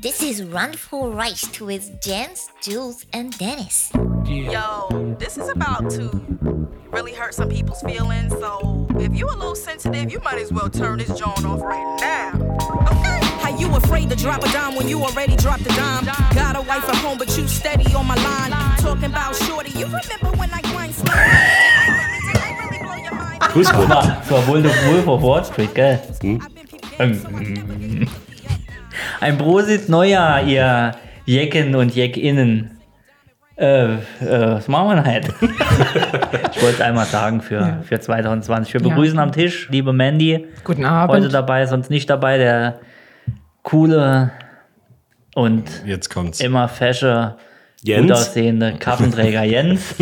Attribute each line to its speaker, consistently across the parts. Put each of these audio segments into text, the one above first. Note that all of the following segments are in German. Speaker 1: This is Run for Rice with Jens, Jules, and Dennis.
Speaker 2: Yo, this is about to really hurt some people's feelings. So if you a little sensitive, you might as well turn this joint off right now. Okay.
Speaker 3: How you afraid to drop a dime when you already dropped a dime? Got a wife at home, but you steady on my line. Talking about shorty, you remember when I grind slow? Did I really- did I really blow your mind?
Speaker 4: Grüß Gott. So, Wolf Wolf of Wall Street, gell?
Speaker 3: I've been peep game, so I never get to be up.
Speaker 4: Ein Prosit Neujahr, ihr Jecken und Jeckinnen. Äh, äh, was machen wir denn halt? ich wollte es einmal sagen für, für 2020. Wir begrüßen am Tisch, liebe Mandy,
Speaker 5: Guten
Speaker 4: heute
Speaker 5: Abend.
Speaker 4: dabei, sonst nicht dabei, der coole und
Speaker 6: Jetzt kommt's.
Speaker 4: immer fesche, gut
Speaker 7: Jens,
Speaker 4: aussehende Kappenträger Jens.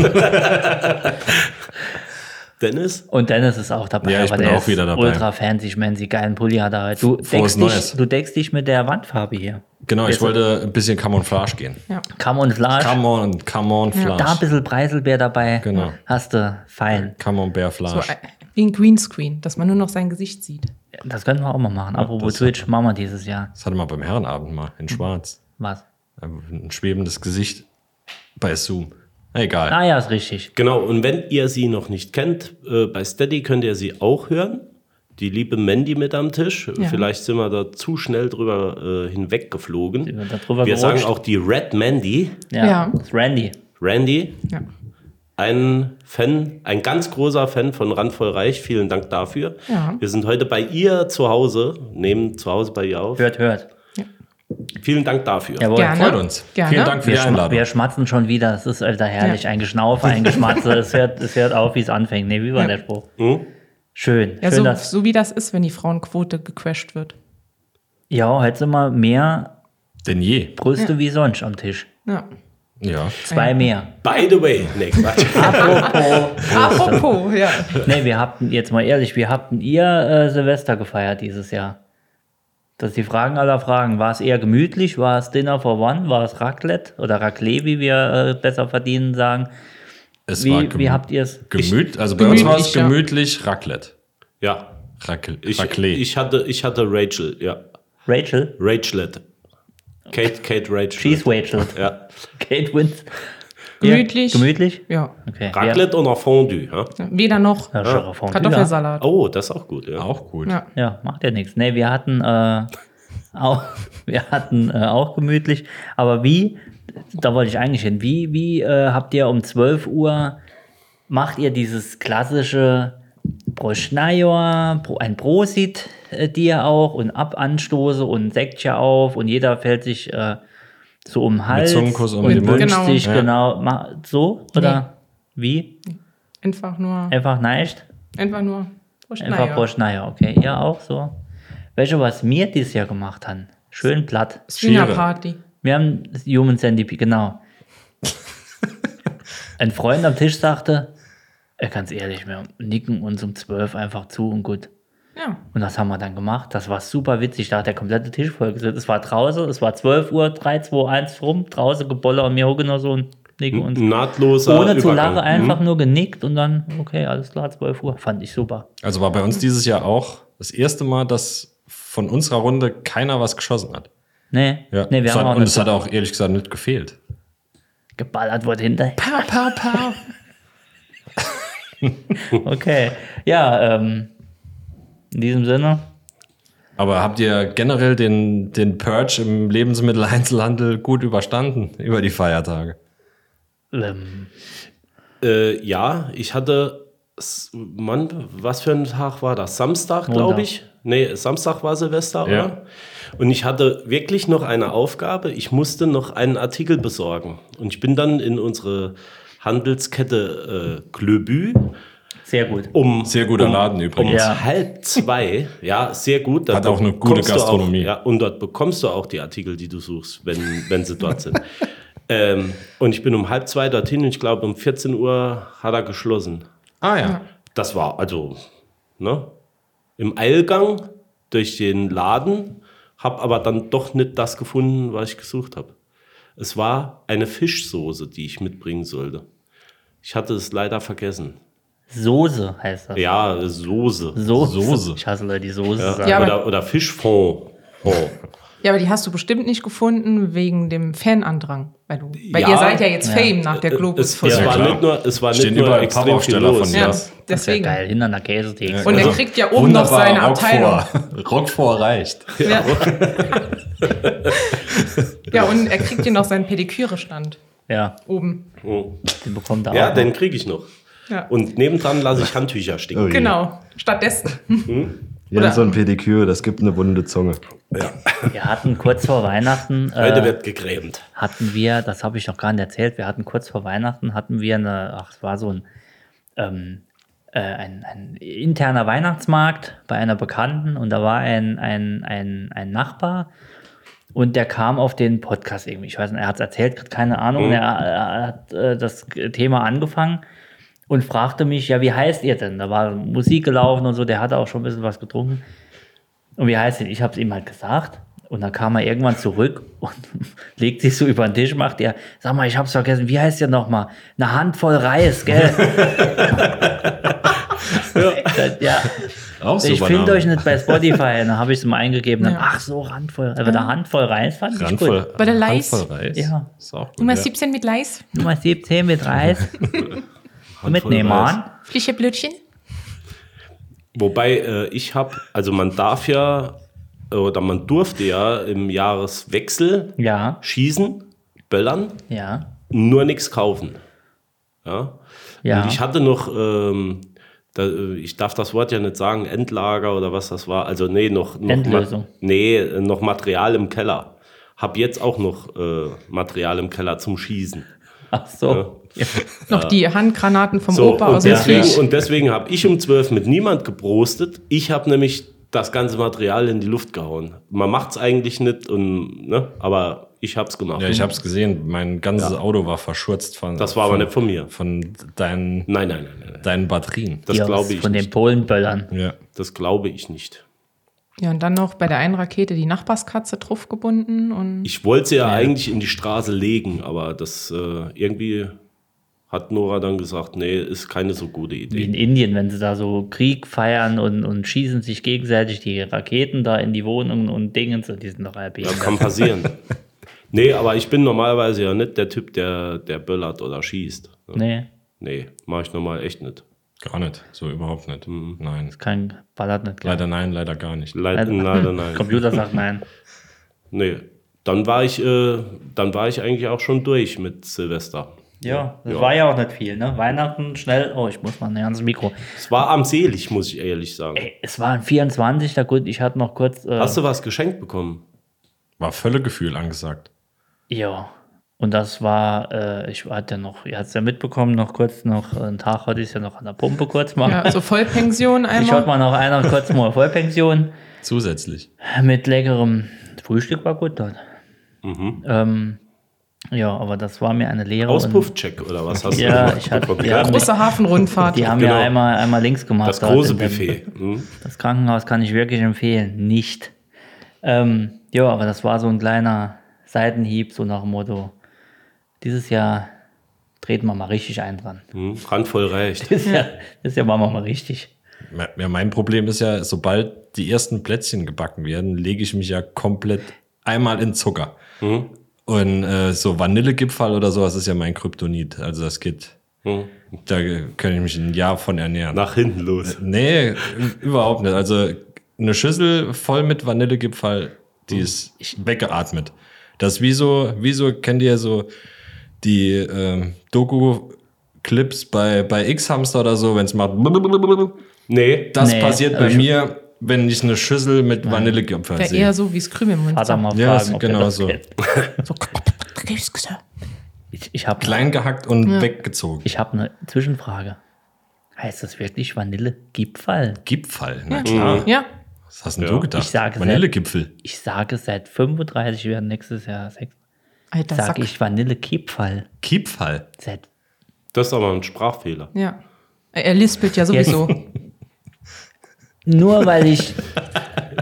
Speaker 7: Dennis,
Speaker 4: Und Dennis ist auch dabei.
Speaker 6: Ja, ich
Speaker 4: aber
Speaker 6: bin
Speaker 4: der
Speaker 6: auch
Speaker 4: ist
Speaker 6: wieder dabei.
Speaker 4: Ultra fancy, ich meine, sie geilen Pulli hat er halt. Du deckst, dich,
Speaker 6: Neues.
Speaker 4: du deckst dich mit der Wandfarbe hier.
Speaker 6: Genau, ich
Speaker 4: Jetzt-
Speaker 6: wollte ein bisschen Camouflage gehen.
Speaker 4: Camouflage.
Speaker 6: Come on und Come on
Speaker 4: da ein
Speaker 6: Flash.
Speaker 4: bisschen Preiselbeer dabei.
Speaker 6: Genau.
Speaker 4: Hast du fein.
Speaker 6: Come on Bear
Speaker 5: So,
Speaker 6: Flash.
Speaker 5: äh, wie ein Greenscreen, dass man nur noch sein Gesicht sieht.
Speaker 4: Das könnten wir auch mal machen. Apropos Twitch, machen wir dieses Jahr.
Speaker 6: Das hatte man beim Herrenabend mal
Speaker 4: Mhm.
Speaker 6: in Schwarz.
Speaker 4: Was?
Speaker 6: Ein schwebendes Gesicht bei Zoom. Egal.
Speaker 4: Ah ja, ist richtig.
Speaker 7: genau. Und wenn ihr sie noch nicht kennt, äh, bei Steady könnt ihr sie auch hören. Die liebe Mandy mit am Tisch.
Speaker 5: Ja.
Speaker 7: Vielleicht sind wir da zu schnell drüber äh, hinweggeflogen.
Speaker 4: Sind wir da
Speaker 7: Wir
Speaker 4: drüber gerutscht?
Speaker 7: sagen auch die Red Mandy.
Speaker 4: Ja.
Speaker 5: Ja.
Speaker 4: Ist Randy.
Speaker 7: Randy,
Speaker 5: Ja.
Speaker 7: ein Fan, ein ganz großer Fan von Randvoll Reich. Vielen Dank dafür.
Speaker 5: Ja.
Speaker 7: Wir sind heute bei ihr zu Hause, nehmen zu Hause bei ihr auf.
Speaker 4: Hört, hört.
Speaker 7: Vielen Dank dafür.
Speaker 4: Jawohl.
Speaker 5: Gerne.
Speaker 6: Freut uns.
Speaker 5: Gerne.
Speaker 6: Vielen Dank für
Speaker 4: ne? Wir,
Speaker 6: die
Speaker 4: schma
Speaker 6: Einladung.
Speaker 4: wir schmatzen schon wieder. Es ist alter herrlich. Ein Geschnaufe, ein Geschmatze. es, hört, es hört auf, wie es anfängt. Nee, wie war der Spruch?
Speaker 6: Hm?
Speaker 4: Schön.
Speaker 5: Ja,
Speaker 4: Schön,
Speaker 5: so,
Speaker 4: dass.
Speaker 5: so wie das ist, wenn die Frauenquote gecrashed wird.
Speaker 4: Ja, heute sind wir mehr
Speaker 6: Denn je.
Speaker 4: Brüste wie sonst am Tisch.
Speaker 5: Ja.
Speaker 6: Ja.
Speaker 4: Zwei mehr.
Speaker 7: By the way, nee, Quatsch.
Speaker 5: Apropos, ja.
Speaker 4: Nee, wir hatten, jetzt mal ehrlich, wir hatten ihr äh, Silvester gefeiert dieses Jahr. Das ist die Fragen aller Fragen. War es eher gemütlich? War es Dinner for One? War es Raclette? Oder Raclette, wie wir äh, besser verdienen sagen.
Speaker 6: Es war
Speaker 4: Wie,
Speaker 6: gemü-
Speaker 4: wie habt ihr es?
Speaker 6: gemüt Also bei uns war es
Speaker 5: Gemütlich, ja.
Speaker 6: gemütlich Raclette.
Speaker 7: ja,
Speaker 6: Raclette.
Speaker 7: ich,
Speaker 6: Raclette.
Speaker 7: ich, hatte, ich hatte Rachel, ja.
Speaker 4: Rachel?
Speaker 7: Rachelette. Kate, Kate Rachel.
Speaker 4: Cheese Rachel.
Speaker 7: Ja.
Speaker 4: Kate Wins.
Speaker 5: Gemütlich.
Speaker 4: Gemütlich?
Speaker 5: Ja.
Speaker 4: Okay.
Speaker 7: Raclette und auch Fondue. Ja?
Speaker 5: Weder noch
Speaker 4: Ja, ja. Fondue, ja.
Speaker 5: Kartoffelsalat.
Speaker 7: Oh, das ist auch gut. Ja.
Speaker 6: auch gut.
Speaker 5: Ja.
Speaker 4: Ja, macht ja nichts. Nee, wir hatten äh, auch, wir hatten äh, auch gemütlich. Aber wie, da wollte ich eigentlich hin, wie, wie äh, habt ihr um 12 Uhr, macht ihr dieses klassische Proschnajor, Pro, ein Prosit äh, dir auch und ab Anstoße und Sektchen auf und jeder fällt sich äh, so um den Hals
Speaker 6: Zungenkuss um
Speaker 4: und
Speaker 6: den
Speaker 5: Mund.
Speaker 4: wünscht
Speaker 5: Genau.
Speaker 4: sich
Speaker 6: Ja.
Speaker 4: genau, ma- so oder wie?
Speaker 5: Einfach nur.
Speaker 4: Einfach nicht?
Speaker 5: Einfach nur. Prost,
Speaker 4: Einfach
Speaker 5: naja.
Speaker 4: Bosch, naja, okay. Ja, auch so. Welche, was wir dieses Jahr gemacht haben? Schön platt.
Speaker 6: Schere.
Speaker 5: Swingerparty.
Speaker 4: Wir haben das Human Centipede, genau. Ein Freund am Tisch sagte, äh, ganz ehrlich, wir nicken uns um 12 einfach zu und gut.
Speaker 5: Ja.
Speaker 4: Und das haben wir dann gemacht. Das war super witzig. Da hat der komplette Tisch voll gesessen. Es war draußen, es war 12 Uhr, 3, 2, 1 rum, draußen geboller und mir hocken noch so und nicken uns.
Speaker 7: Mhm. Nahtloser
Speaker 4: Ohne zu
Speaker 7: Übergang.
Speaker 4: lachen, einfach
Speaker 6: Mhm.
Speaker 4: nur genickt und dann, okay, alles klar, 12 Uhr. Fand ich super.
Speaker 6: Also war bei uns dieses Jahr auch das erste Mal, dass von unserer Runde keiner was geschossen hat.
Speaker 4: Nee,
Speaker 6: Ja.
Speaker 4: nee wir
Speaker 6: es
Speaker 4: haben
Speaker 6: hat,
Speaker 4: auch
Speaker 6: und
Speaker 4: nicht
Speaker 6: es hat auch ehrlich gesagt nicht gefehlt.
Speaker 4: geballert wurde hinter. Pow, pow, pow. okay. Ja, ähm, in diesem Sinne,
Speaker 6: Aber habt ihr generell den, den Purge im Lebensmitteleinzelhandel gut überstanden über die Feiertage?
Speaker 4: ähm,
Speaker 7: Äh, ja, ich hatte, s- Mann, was für ein Tag war das? Samstag,
Speaker 4: Montag.
Speaker 7: glaube ich. Nee, Samstag war Silvester,
Speaker 6: Ja.
Speaker 7: oder? Und ich hatte wirklich noch eine Aufgabe. Ich musste noch einen Artikel besorgen. Und ich bin dann in unsere Handelskette äh, Glöbü
Speaker 4: sehr gut.
Speaker 7: um
Speaker 6: Sehr guter Laden
Speaker 7: um
Speaker 6: übrigens.
Speaker 4: Ja.
Speaker 7: halb zwei. Ja, sehr gut. Da
Speaker 6: Hat auch eine gute
Speaker 7: bekommst du
Speaker 6: Gastronomie.
Speaker 7: Auch, ja, und dort bekommst du auch die Artikel, die du suchst, wenn, wenn sie dort sind. ähm, und ich bin um halb zwei dorthin und ich glaube, um 14 Uhr hat er geschlossen.
Speaker 6: Ah ja.
Speaker 7: Das war also ne, im Eilgang durch den Laden, habe aber dann doch nicht das gefunden, was ich gesucht habe. Es war eine Fischsoße, die ich mitbringen sollte. Ich hatte es leider vergessen.
Speaker 4: Soße heißt das.
Speaker 7: Ja, Soße.
Speaker 4: Soße.
Speaker 6: Soße.
Speaker 4: Ich hasse Leute, die Soße
Speaker 7: Ja,
Speaker 4: sagen.
Speaker 5: aber- Äh,
Speaker 7: oder, oder Fischfond. Fond.
Speaker 5: Ja, aber die hast du bestimmt nicht gefunden wegen dem Fanandrang. Weil, du, weil
Speaker 7: Ja.
Speaker 5: ihr seid ja jetzt Fame nach der
Speaker 7: Es,
Speaker 5: globus
Speaker 7: es
Speaker 6: Ja,
Speaker 7: war
Speaker 6: klar.
Speaker 7: nicht nur, es war nicht
Speaker 6: Stehen
Speaker 7: nur
Speaker 6: überall
Speaker 7: extrem viel
Speaker 6: Pappaufsteller
Speaker 7: los.
Speaker 6: von Ja.
Speaker 5: Ja,
Speaker 4: Das ist ja
Speaker 5: deswegen.
Speaker 4: geil, hinter einer Käsetheke.
Speaker 5: Und er kriegt ja oben noch seine Abteilung.
Speaker 6: Also Rockvor reicht.
Speaker 5: Ja.
Speaker 4: Genau.
Speaker 5: ja, und er kriegt hier noch seinen Pediküre-Stand
Speaker 4: Ja,
Speaker 5: oben.
Speaker 7: Oh.
Speaker 4: den bekommt er
Speaker 7: Ja,
Speaker 4: auch.
Speaker 7: den kriege ich noch.
Speaker 5: Ja.
Speaker 7: Und nebendran lasse ich Handtücher
Speaker 6: Oh
Speaker 7: stinken.
Speaker 5: Genau, stattdessen.
Speaker 4: Hm?
Speaker 8: Ja, so ein Pediküre, das gibt eine wunde Zunge.
Speaker 4: Wir hatten kurz vor Weihnachten,
Speaker 7: Heute
Speaker 4: äh,
Speaker 7: wird gegrämt.
Speaker 4: hatten wir, das habe ich noch gar nicht erzählt, wir hatten kurz vor Weihnachten, hatten wir eine, ach, es war so ein, ähm, äh, ein, ein interner Weihnachtsmarkt bei einer Bekannten und da war ein, ein, ein, ein Nachbar und der kam auf den Podcast irgendwie. Ich weiß nicht, er hat es erzählt, hat keine Ahnung, er, er hat äh, das Thema angefangen und fragte mich, ja, wie heißt ihr denn? Da war Musik gelaufen und so, der hatte auch schon ein bisschen was getrunken. Und wie heißt denn? Ich habe es ihm halt gesagt. Und dann kam er irgendwann zurück und legt sich so über den Tisch, macht er, sag mal, ich hab's vergessen, wie heißt der nochmal? Eine Handvoll Reis, gell? ja. ja.
Speaker 6: Auch
Speaker 4: Ich
Speaker 6: super
Speaker 4: finde
Speaker 6: Name.
Speaker 4: euch nicht bei Spotify. Und Dann habe ich es mal eingegeben. Dann,
Speaker 5: Ja.
Speaker 4: Ach so, Handvoll. Aber der Handvoll Reis fand ich
Speaker 6: Randvoll,
Speaker 4: gut.
Speaker 5: Bei der Leis.
Speaker 6: Randvoll Reis.
Speaker 4: Ja.
Speaker 6: Ist auch gut,
Speaker 5: Nummer
Speaker 6: ja.
Speaker 5: 17 mit Leis,
Speaker 4: Nummer 17 mit Reis. mit
Speaker 7: Reis.
Speaker 4: Nehmann.
Speaker 5: Flischeblötchen.
Speaker 7: Wobei äh, ich habe, also man darf ja oder man durfte ja im Jahreswechsel
Speaker 4: Ja,
Speaker 7: schießen, böllern,
Speaker 4: ja,
Speaker 7: nur nichts kaufen. Ja.
Speaker 4: ja.
Speaker 7: Und ich hatte noch, ähm, da, äh, ich darf das Wort ja nicht sagen, Endlager oder was das war. Also nee, noch, noch
Speaker 4: Endlösung.
Speaker 7: nee, äh, noch Material im Keller. Hab jetzt auch noch äh, Material im Keller zum Schießen.
Speaker 4: Ach so. Ja.
Speaker 5: Noch die Handgranaten vom
Speaker 7: So,
Speaker 5: Opa aus
Speaker 7: und
Speaker 5: dem
Speaker 7: deswegen,
Speaker 5: Krieg.
Speaker 7: und deswegen habe ich um 12 mit niemand gebrostet. Ich habe nämlich das ganze Material in die Luft gehauen. Man macht es eigentlich nicht, und, ne? aber ich habe es gemacht.
Speaker 6: Ja, ich hab's gesehen. Mein ganzes Auto war verschurzt von.
Speaker 7: das war aber
Speaker 6: von,
Speaker 7: nicht von mir.
Speaker 6: Von deinen,
Speaker 7: Nein, nein, nein, nein. nein.
Speaker 6: deinen Batterien.
Speaker 7: Das
Speaker 4: Jungs
Speaker 7: glaube ich
Speaker 4: Von den
Speaker 7: nicht.
Speaker 4: Polenböllern.
Speaker 6: Ja.
Speaker 7: Das glaube ich nicht.
Speaker 5: Ja, und dann noch bei der einen Rakete die Nachbarskatze draufgebunden und
Speaker 7: Ich wollte sie ja, eigentlich in die Straße legen, aber das äh, irgendwie hat Nora dann gesagt, nee, ist keine so gute
Speaker 4: Wie in
Speaker 7: Idee.
Speaker 4: Indien, wenn sie da so Krieg feiern und, und schießen sich gegenseitig die Raketen da in die Wohnungen und Dingens und die sind doch halb
Speaker 7: Ja, kann passieren. nee, aber ich bin normalerweise ja nicht der Typ, der, der böllert oder schießt.
Speaker 4: Nee,
Speaker 7: Nee, mache ich normal echt nicht.
Speaker 6: Gar nicht. So überhaupt nicht. Nein.
Speaker 4: kein ballert nicht. gell?
Speaker 6: Leider nein, leider gar nicht.
Speaker 7: Leider,
Speaker 4: Nein.
Speaker 7: leider nein.
Speaker 4: Computer sagt nein.
Speaker 7: Nee. Dann war ich, äh, dann war ich eigentlich auch schon durch mit Silvester.
Speaker 4: Ja, das war ja auch nicht viel, ne? Weihnachten schnell. Oh, ich muss mal ein ganzes Mikro.
Speaker 7: Es war armselig, muss ich ehrlich sagen.
Speaker 4: Ey, es war ein 24. Gut, ich hatte noch kurz. Äh,
Speaker 7: Hast du was geschenkt bekommen?
Speaker 6: War Völlegefühl angesagt.
Speaker 4: Ja. Und das war, äh, ich hatte noch, ihr habt es ja mitbekommen, noch kurz noch äh, einen Tag hatte ich ja noch an der Pumpe kurz mal.
Speaker 5: ja, so Vollpension
Speaker 4: ich hatte mal
Speaker 5: einmal.
Speaker 4: noch einer kurz mal Vollpension.
Speaker 6: Zusätzlich.
Speaker 4: Mit leckerem Frühstück war gut dort.
Speaker 7: Mhm.
Speaker 4: Ähm, ja, aber das war mir eine Lehre. und-
Speaker 7: Auspuffcheck oder was hast du
Speaker 4: Oh, Ja,
Speaker 7: gemacht
Speaker 4: ich hatte,
Speaker 7: bekommen?
Speaker 4: die haben, mich,
Speaker 5: Große Hafenrundfahrt.
Speaker 4: die haben
Speaker 7: Genau.
Speaker 4: mir einmal, einmal links gemacht.
Speaker 7: Das
Speaker 4: dort
Speaker 7: große
Speaker 4: in dem-
Speaker 7: Buffet. Hm?
Speaker 4: Das Krankenhaus kann ich wirklich empfehlen. Nicht. Ähm, ja, aber das war so ein kleiner Seitenhieb, so nach dem Motto: dieses Jahr treten wir mal richtig ein dran.
Speaker 7: Hm? Randvoll reicht.
Speaker 4: Das Jahr, das Jahr machen wir mal richtig.
Speaker 6: Ja, mein Problem ist ja, sobald die ersten Plätzchen gebacken werden, lege ich mich ja komplett einmal in Zucker. Und äh, so Vanillegipfel oder sowas ist ja mein Kryptonit. Also das geht. Da kann ich mich ein Jahr von ernähren.
Speaker 7: Nach hinten los.
Speaker 6: Nee, überhaupt nicht. Also eine Schüssel voll mit Vanillegipfel, die ist weggeatmet. Das ist wie so, wie so, kennt ihr so die ähm, Doku-Clips bei, bei X-Hamster oder so, wenn es macht.
Speaker 7: Nee,
Speaker 6: Das
Speaker 4: Nee,
Speaker 6: passiert
Speaker 4: aber
Speaker 6: bei
Speaker 4: ich-
Speaker 6: mir, wenn ich eine Schüssel mit Vanillegipfel
Speaker 5: Wäre
Speaker 6: sehe.
Speaker 5: eher so wie das
Speaker 4: Vater
Speaker 5: Krümelmonster.
Speaker 4: mal
Speaker 6: Ja,
Speaker 4: fragen,
Speaker 6: ist
Speaker 4: ob der
Speaker 6: genau
Speaker 4: das
Speaker 6: so.
Speaker 4: kennt. Ich, ich habe
Speaker 6: Klein gehackt und weggezogen.
Speaker 4: hab eine Zwischenfrage. Heißt das wirklich Vanillegipfel?
Speaker 6: Gipfel, na klar.
Speaker 5: Ja,
Speaker 6: Was hast denn du gedacht?
Speaker 4: Ich sag's
Speaker 6: Vanillegipfel.
Speaker 4: Ich sage seit 35, werden nächstes Jahr sechs.
Speaker 5: alter
Speaker 4: Sag
Speaker 5: Sack.
Speaker 4: ich Vanillekipferl.
Speaker 6: Kipfel.
Speaker 4: Seit
Speaker 7: das ist aber ein Sprachfehler.
Speaker 5: Ja. Er lispelt ja sowieso.
Speaker 4: nur weil ich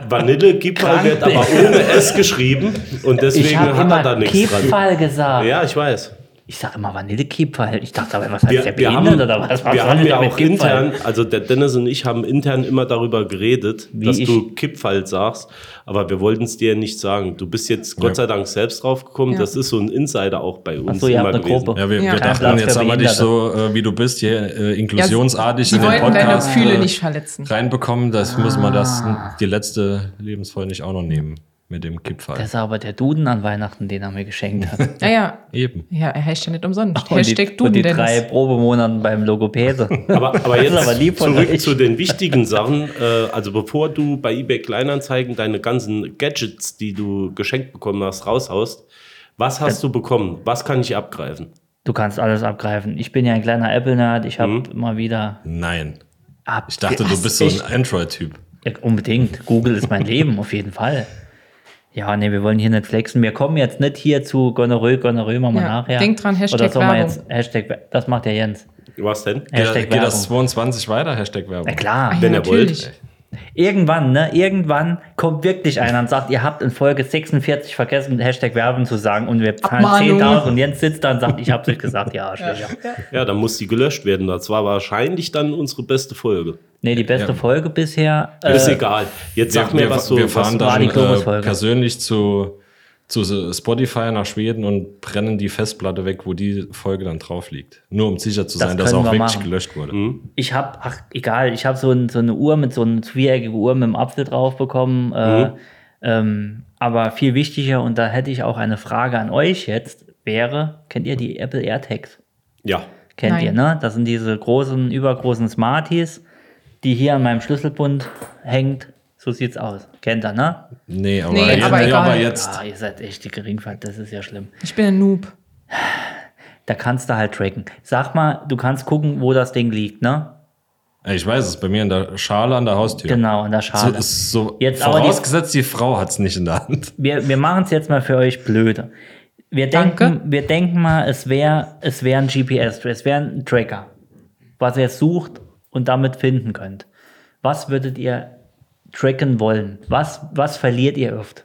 Speaker 7: Vanille Gipfel wird aber ohne S geschrieben und deswegen
Speaker 4: ich habe
Speaker 7: hat er da
Speaker 4: immer
Speaker 7: nichts dran.
Speaker 4: Kipferl gesagt.
Speaker 7: Ja, ich weiß.
Speaker 4: Ich sag immer Vanillekipferl. Ich dachte aber, was heißt der
Speaker 7: wir
Speaker 4: behindert
Speaker 7: haben,
Speaker 4: oder was? was
Speaker 7: wir
Speaker 4: soll
Speaker 7: haben
Speaker 4: denn
Speaker 7: ja
Speaker 4: der mit
Speaker 7: auch
Speaker 4: Kipferl?
Speaker 7: intern, also der Dennis und ich haben intern immer darüber geredet,
Speaker 4: Wie
Speaker 7: dass
Speaker 4: ich-
Speaker 7: du Kipfall sagst, aber wir wollten es dir nicht sagen. Du bist jetzt Gott sei Dank selbst draufgekommen.
Speaker 5: Ja.
Speaker 7: Das ist so ein Insider auch bei uns
Speaker 4: so, ihr
Speaker 7: immer
Speaker 4: habt eine
Speaker 7: gewesen.
Speaker 4: Gruppe.
Speaker 6: Ja, wir,
Speaker 5: Ja.
Speaker 6: wir
Speaker 5: Kein
Speaker 6: dachten,
Speaker 4: Platz für
Speaker 6: jetzt haben wir dich so, äh, wie du bist, hier äh, inklusionsartig
Speaker 5: Sie
Speaker 6: in den
Speaker 5: wollten deine
Speaker 6: Podcast
Speaker 5: Gefühle
Speaker 6: äh,
Speaker 5: nicht verletzen. Ah.
Speaker 6: reinbekommen. Das muss man das, die letzte Lebensfreund nicht auch noch nehmen mit dem Kippfall.
Speaker 4: Das ist aber der Duden an Weihnachten, den er mir geschenkt hat.
Speaker 5: Naja,
Speaker 6: Eben.
Speaker 5: ja, er heißt ja nicht
Speaker 4: Und
Speaker 5: umsonst.
Speaker 4: die,
Speaker 5: Hashtag
Speaker 4: und die
Speaker 5: Duden,
Speaker 4: drei
Speaker 5: Dennis.
Speaker 4: Probemonaten beim Logopäde.
Speaker 7: Aber, aber
Speaker 4: Das ist
Speaker 7: jetzt
Speaker 4: aber lieb von
Speaker 7: zurück
Speaker 4: euch.
Speaker 7: zu den wichtigen Sachen. Äh, also bevor du bei eBay Kleinanzeigen deine ganzen Gadgets, die du geschenkt bekommen hast, raushaust, was
Speaker 4: Äh.
Speaker 7: hast du bekommen? Was kann ich abgreifen?
Speaker 4: Du kannst alles abgreifen. Ich bin ja ein kleiner Apple-Nerd. Ich
Speaker 7: Mhm.
Speaker 4: habe mal wieder
Speaker 6: Nein.
Speaker 4: ab.
Speaker 6: Ich dachte, du bist so ein Android-Typ.
Speaker 4: Ja, unbedingt. Google ist mein Leben, auf jeden Fall. Ja, nee, wir wollen hier nicht flexen. Wir kommen jetzt nicht hier zu Gonorrhoe, Gonorrhoe machen wir
Speaker 5: Ja,
Speaker 4: nachher.
Speaker 5: denk dran, Hashtag
Speaker 4: Oder soll man
Speaker 5: Werbung.
Speaker 4: jetzt Hashtag, Wer- das macht der Jens.
Speaker 7: Was denn?
Speaker 6: Geht,
Speaker 4: Hashtag
Speaker 6: geht das
Speaker 4: Werbung.
Speaker 6: 22 weiter? Hashtag Werbung.
Speaker 4: Na klar.
Speaker 7: Wenn
Speaker 5: Ah, ja,
Speaker 7: ihr wollt.
Speaker 5: natürlich.
Speaker 4: Irgendwann, ne, irgendwann kommt wirklich einer und sagt, ihr habt in Folge 46 vergessen, Hashtag Werbung zu sagen und wir zahlen
Speaker 5: Abmahnung.
Speaker 4: 10.000 und Jens sitzt da und sagt, ich hab's euch gesagt, ja, Arschlöcher.
Speaker 7: Ja, dann muss die gelöscht werden. Das war wahrscheinlich dann unsere beste Folge.
Speaker 4: Nee, die beste
Speaker 6: Ja.
Speaker 4: Folge bisher.
Speaker 7: Ist
Speaker 4: Äh,
Speaker 7: egal. Jetzt
Speaker 6: Wir,
Speaker 7: sag mir,
Speaker 6: wir,
Speaker 7: was du.
Speaker 6: wir fahren
Speaker 7: was,
Speaker 4: war die
Speaker 6: dann äh,
Speaker 4: Globus-Folge?
Speaker 6: persönlich zu, zu Spotify nach Schweden und brennen die Festplatte weg, wo die Folge dann drauf liegt. Nur um sicher zu
Speaker 4: Das
Speaker 6: sein, dass
Speaker 4: können
Speaker 6: auch
Speaker 4: wir
Speaker 6: wirklich
Speaker 4: machen. Mhm.
Speaker 6: gelöscht wurde.
Speaker 4: ich habe, ach, egal, ich habe so, ein, so eine Uhr mit so einer viereckigen Uhr mit einem Apfel drauf bekommen. Äh,
Speaker 6: Mhm.
Speaker 4: ähm, aber viel wichtiger, und da hätte ich auch eine Frage an euch jetzt, wäre, kennt ihr die Apple AirTags?
Speaker 7: ja.
Speaker 4: Kennt
Speaker 5: Nein.
Speaker 4: ihr, ne? Das sind diese großen, übergroßen Smarties, die hier an meinem Schlüsselbund hängt. So sieht's aus. Kennt ihr, ne?
Speaker 6: Nee, aber,
Speaker 5: Nee,
Speaker 6: jetzt,
Speaker 5: aber
Speaker 6: nee,
Speaker 5: egal.
Speaker 6: aber jetzt.
Speaker 4: Ah, ihr seid echt die Geringfahrt, das ist ja schlimm.
Speaker 5: Ich bin ein Noob.
Speaker 4: Da kannst du halt tracken. Sag mal, du kannst gucken, wo das Ding liegt, ne?
Speaker 6: Ich weiß es, bei mir in der Schale an der Haustür.
Speaker 4: Genau, in der
Speaker 6: So,
Speaker 4: Schale.
Speaker 6: ist so
Speaker 4: Jetzt aber die-
Speaker 6: vorausgesetzt, die, Frau hat es nicht in der Hand.
Speaker 4: wir, wir machen es jetzt mal für euch blöde. Wir
Speaker 5: Danke.
Speaker 4: denken, wir denken mal, es wäre es wär ein GPS, es wäre ein Tracker, was ihr sucht und damit finden könnt. Was würdet ihr tracken wollen? Was, was verliert ihr oft?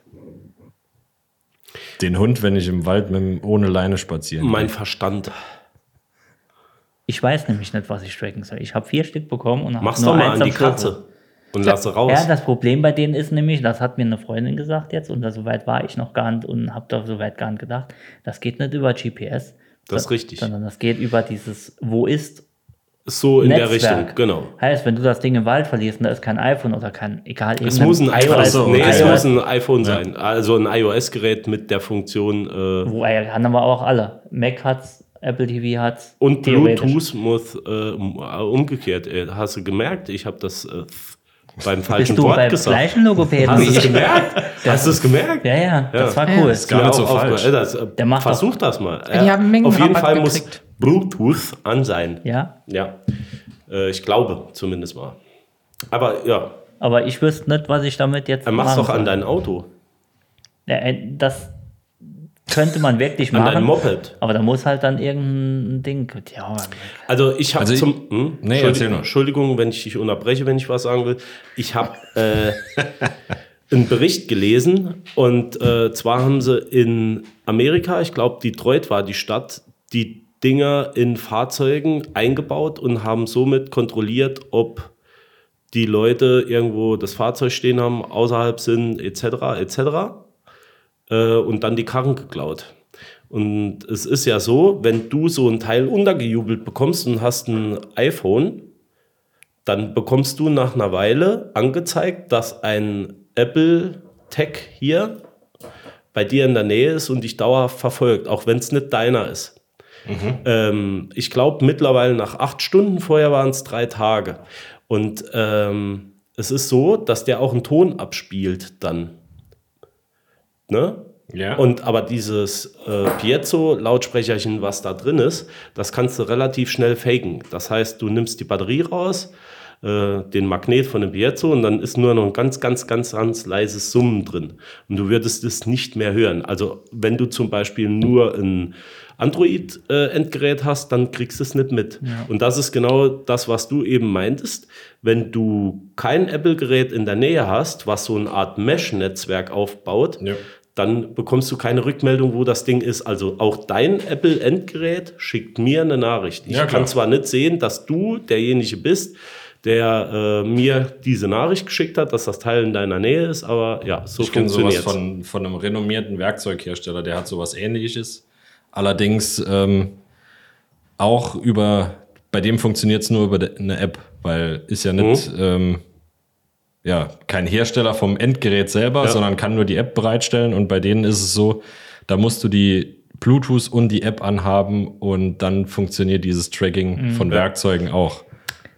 Speaker 6: Den Hund, wenn ich im Wald mit, dem- ohne Leine spazieren.
Speaker 7: Mein Verstand.
Speaker 4: Ich weiß nämlich nicht, was ich tracken soll. Ich habe vier Stück bekommen und habe
Speaker 7: Mach's
Speaker 4: nur
Speaker 7: doch mal
Speaker 4: eins
Speaker 7: an die
Speaker 4: am Schlüssel.
Speaker 7: Katze. Und lass sie raus.
Speaker 4: Ja, das Problem bei denen ist nämlich, das hat mir eine Freundin gesagt jetzt, und da so weit war ich noch gar nicht und habe da so weit gar nicht gedacht, das geht nicht über GPS.
Speaker 7: Das ist
Speaker 4: so-
Speaker 7: richtig.
Speaker 4: Sondern das geht über dieses Wo ist
Speaker 7: so in
Speaker 4: Netzwerk.
Speaker 7: der Richtung, genau.
Speaker 4: Heißt, wenn du das Ding im Wald verlierst und da ist kein iPhone oder kein, egal,
Speaker 7: Es
Speaker 4: irgendein
Speaker 7: muss ein iPhone,
Speaker 6: so,
Speaker 7: nee, es
Speaker 6: iOS.
Speaker 7: muss ein iPhone sein. Also ein iOS-Gerät mit der Funktion äh,
Speaker 4: Wo, äh, haben aber auch alle. Mac hat's, Apple TV hat's.
Speaker 7: und
Speaker 4: theoretisch.
Speaker 7: Bluetooth muss äh, um- umgekehrt. Äh, Hast du gemerkt? Ich habe das äh, beim falschen
Speaker 4: Bist du
Speaker 7: Wort
Speaker 4: beim
Speaker 7: gesagt.
Speaker 4: gleichen Logopäden
Speaker 7: Hast du
Speaker 4: wie
Speaker 7: es
Speaker 4: ich?
Speaker 7: gemerkt? Hast du es gemerkt?
Speaker 4: Ja, ja, das war
Speaker 5: Ja.
Speaker 4: cool.
Speaker 5: Ist
Speaker 6: gar
Speaker 7: Mir
Speaker 6: nicht so
Speaker 7: auch aufgefallen.
Speaker 6: falsch.
Speaker 7: Äh, das, äh,
Speaker 4: Der macht
Speaker 7: versuch das mal. Äh,
Speaker 5: Ja, die haben einen
Speaker 7: Auf jeden
Speaker 5: Mengenrabatt
Speaker 7: Fall muss
Speaker 5: gekriegt.
Speaker 7: Bluetooth an sein.
Speaker 4: Ja,
Speaker 7: Ja. Äh, ich glaube zumindest mal. Aber ja,
Speaker 4: aber ich wüsste nicht, was ich damit jetzt
Speaker 7: dann mach's doch an
Speaker 4: soll.
Speaker 7: dein Auto.
Speaker 4: Ja, äh, Das könnte man wirklich
Speaker 7: An
Speaker 4: machen.
Speaker 7: dein Moped.
Speaker 4: Aber da muss halt dann irgendein Ding. Gut, Ja, Mann.
Speaker 7: Also ich habe
Speaker 6: Also ich-
Speaker 7: zum hm?
Speaker 6: Nee,
Speaker 7: Entschuldigung,
Speaker 6: erzähl nur.
Speaker 7: Entschuldigung, wenn ich dich unterbreche, wenn ich was sagen will. Ich habe äh, einen Bericht gelesen und äh, zwar haben sie in Amerika, ich glaube Detroit war die Stadt, die Dinger in Fahrzeugen eingebaut und haben somit kontrolliert, ob die Leute irgendwo das Fahrzeug stehen haben, außerhalb sind, etc., etc. Äh, und dann die Karren geklaut. Und es ist ja so, wenn du so ein Teil untergejubelt bekommst und hast ein iPhone, dann bekommst du nach einer Weile angezeigt, dass ein Apple Tech hier bei dir in der Nähe ist und dich dauerhaft verfolgt, auch wenn es nicht deiner ist. Ähm, ich glaube mittlerweile nach acht Stunden, vorher waren es drei Tage. Und ähm, es ist so, dass der auch einen Ton abspielt dann. Ne?
Speaker 6: Ja.
Speaker 7: Und aber dieses äh, Piezo-Lautsprecherchen, was da drin ist, das kannst du relativ schnell faken. Das heißt, du nimmst die Batterie raus, äh, den Magnet von dem Piezo und dann ist nur noch ein ganz, ganz, ganz, ganz leises Summen drin. Und du würdest es nicht mehr hören. Also wenn du zum Beispiel nur ein Android-Endgerät hast, dann kriegst du es nicht mit. Und das ist genau das, was du eben meintest. Wenn du kein Apple-Gerät in der Nähe hast, was so eine Art Mesh-Netzwerk aufbaut,
Speaker 6: Ja.
Speaker 7: dann bekommst du keine Rückmeldung, wo das Ding ist. Also auch dein Apple-Endgerät schickt mir eine Nachricht. Ich
Speaker 6: Ja, klar.
Speaker 7: kann zwar nicht sehen, dass du derjenige bist, der äh, mir diese Nachricht geschickt hat, dass das Teil in deiner Nähe ist, aber ja, so
Speaker 6: Ich kenne sowas von,
Speaker 7: funktioniert
Speaker 6: von einem renommierten Werkzeughersteller, der hat sowas ähnliches. Allerdings ähm, auch über, bei dem funktioniert es nur über de- eine App, weil ist ja nicht ähm, ja, kein Hersteller vom Endgerät selber,
Speaker 7: Ja.
Speaker 6: sondern kann nur die App bereitstellen. Und bei denen ist es so, da musst du die Bluetooth und die App anhaben und dann funktioniert dieses Tracking von Werkzeugen auch.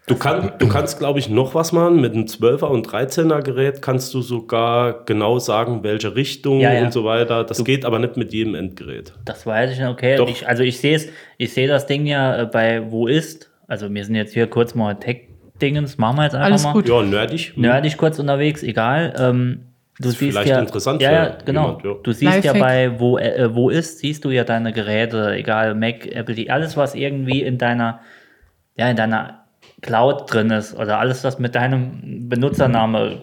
Speaker 7: Du, kann, du kannst, glaube ich, noch was machen. Mit einem 12er und 13er Gerät kannst du sogar genau sagen, welche Richtung
Speaker 4: Ja, ja.
Speaker 7: und so weiter. Das geht aber nicht mit jedem Endgerät.
Speaker 4: Das weiß ich nicht, okay.
Speaker 7: Doch.
Speaker 4: Ich, also ich sehe es, ich sehe das Ding ja äh, bei Wo ist. Also wir sind jetzt hier kurz mal Tech-Dingens, machen wir jetzt einfach
Speaker 5: Alles
Speaker 4: mal.
Speaker 5: gut.
Speaker 7: Ja, nerdig. Hm.
Speaker 4: nerdig kurz unterwegs, egal. Ähm, du siehst
Speaker 7: vielleicht
Speaker 4: ja,
Speaker 7: interessant
Speaker 4: ja,
Speaker 7: für
Speaker 4: ja, genau.
Speaker 7: jemand, ja.
Speaker 4: Du siehst ja
Speaker 5: Lifehack.
Speaker 4: bei wo äh, wo ist, siehst du ja deine Geräte, egal Mac, Apple, die, alles was irgendwie in deiner ja in deiner Cloud drin ist oder alles was mit deinem Benutzername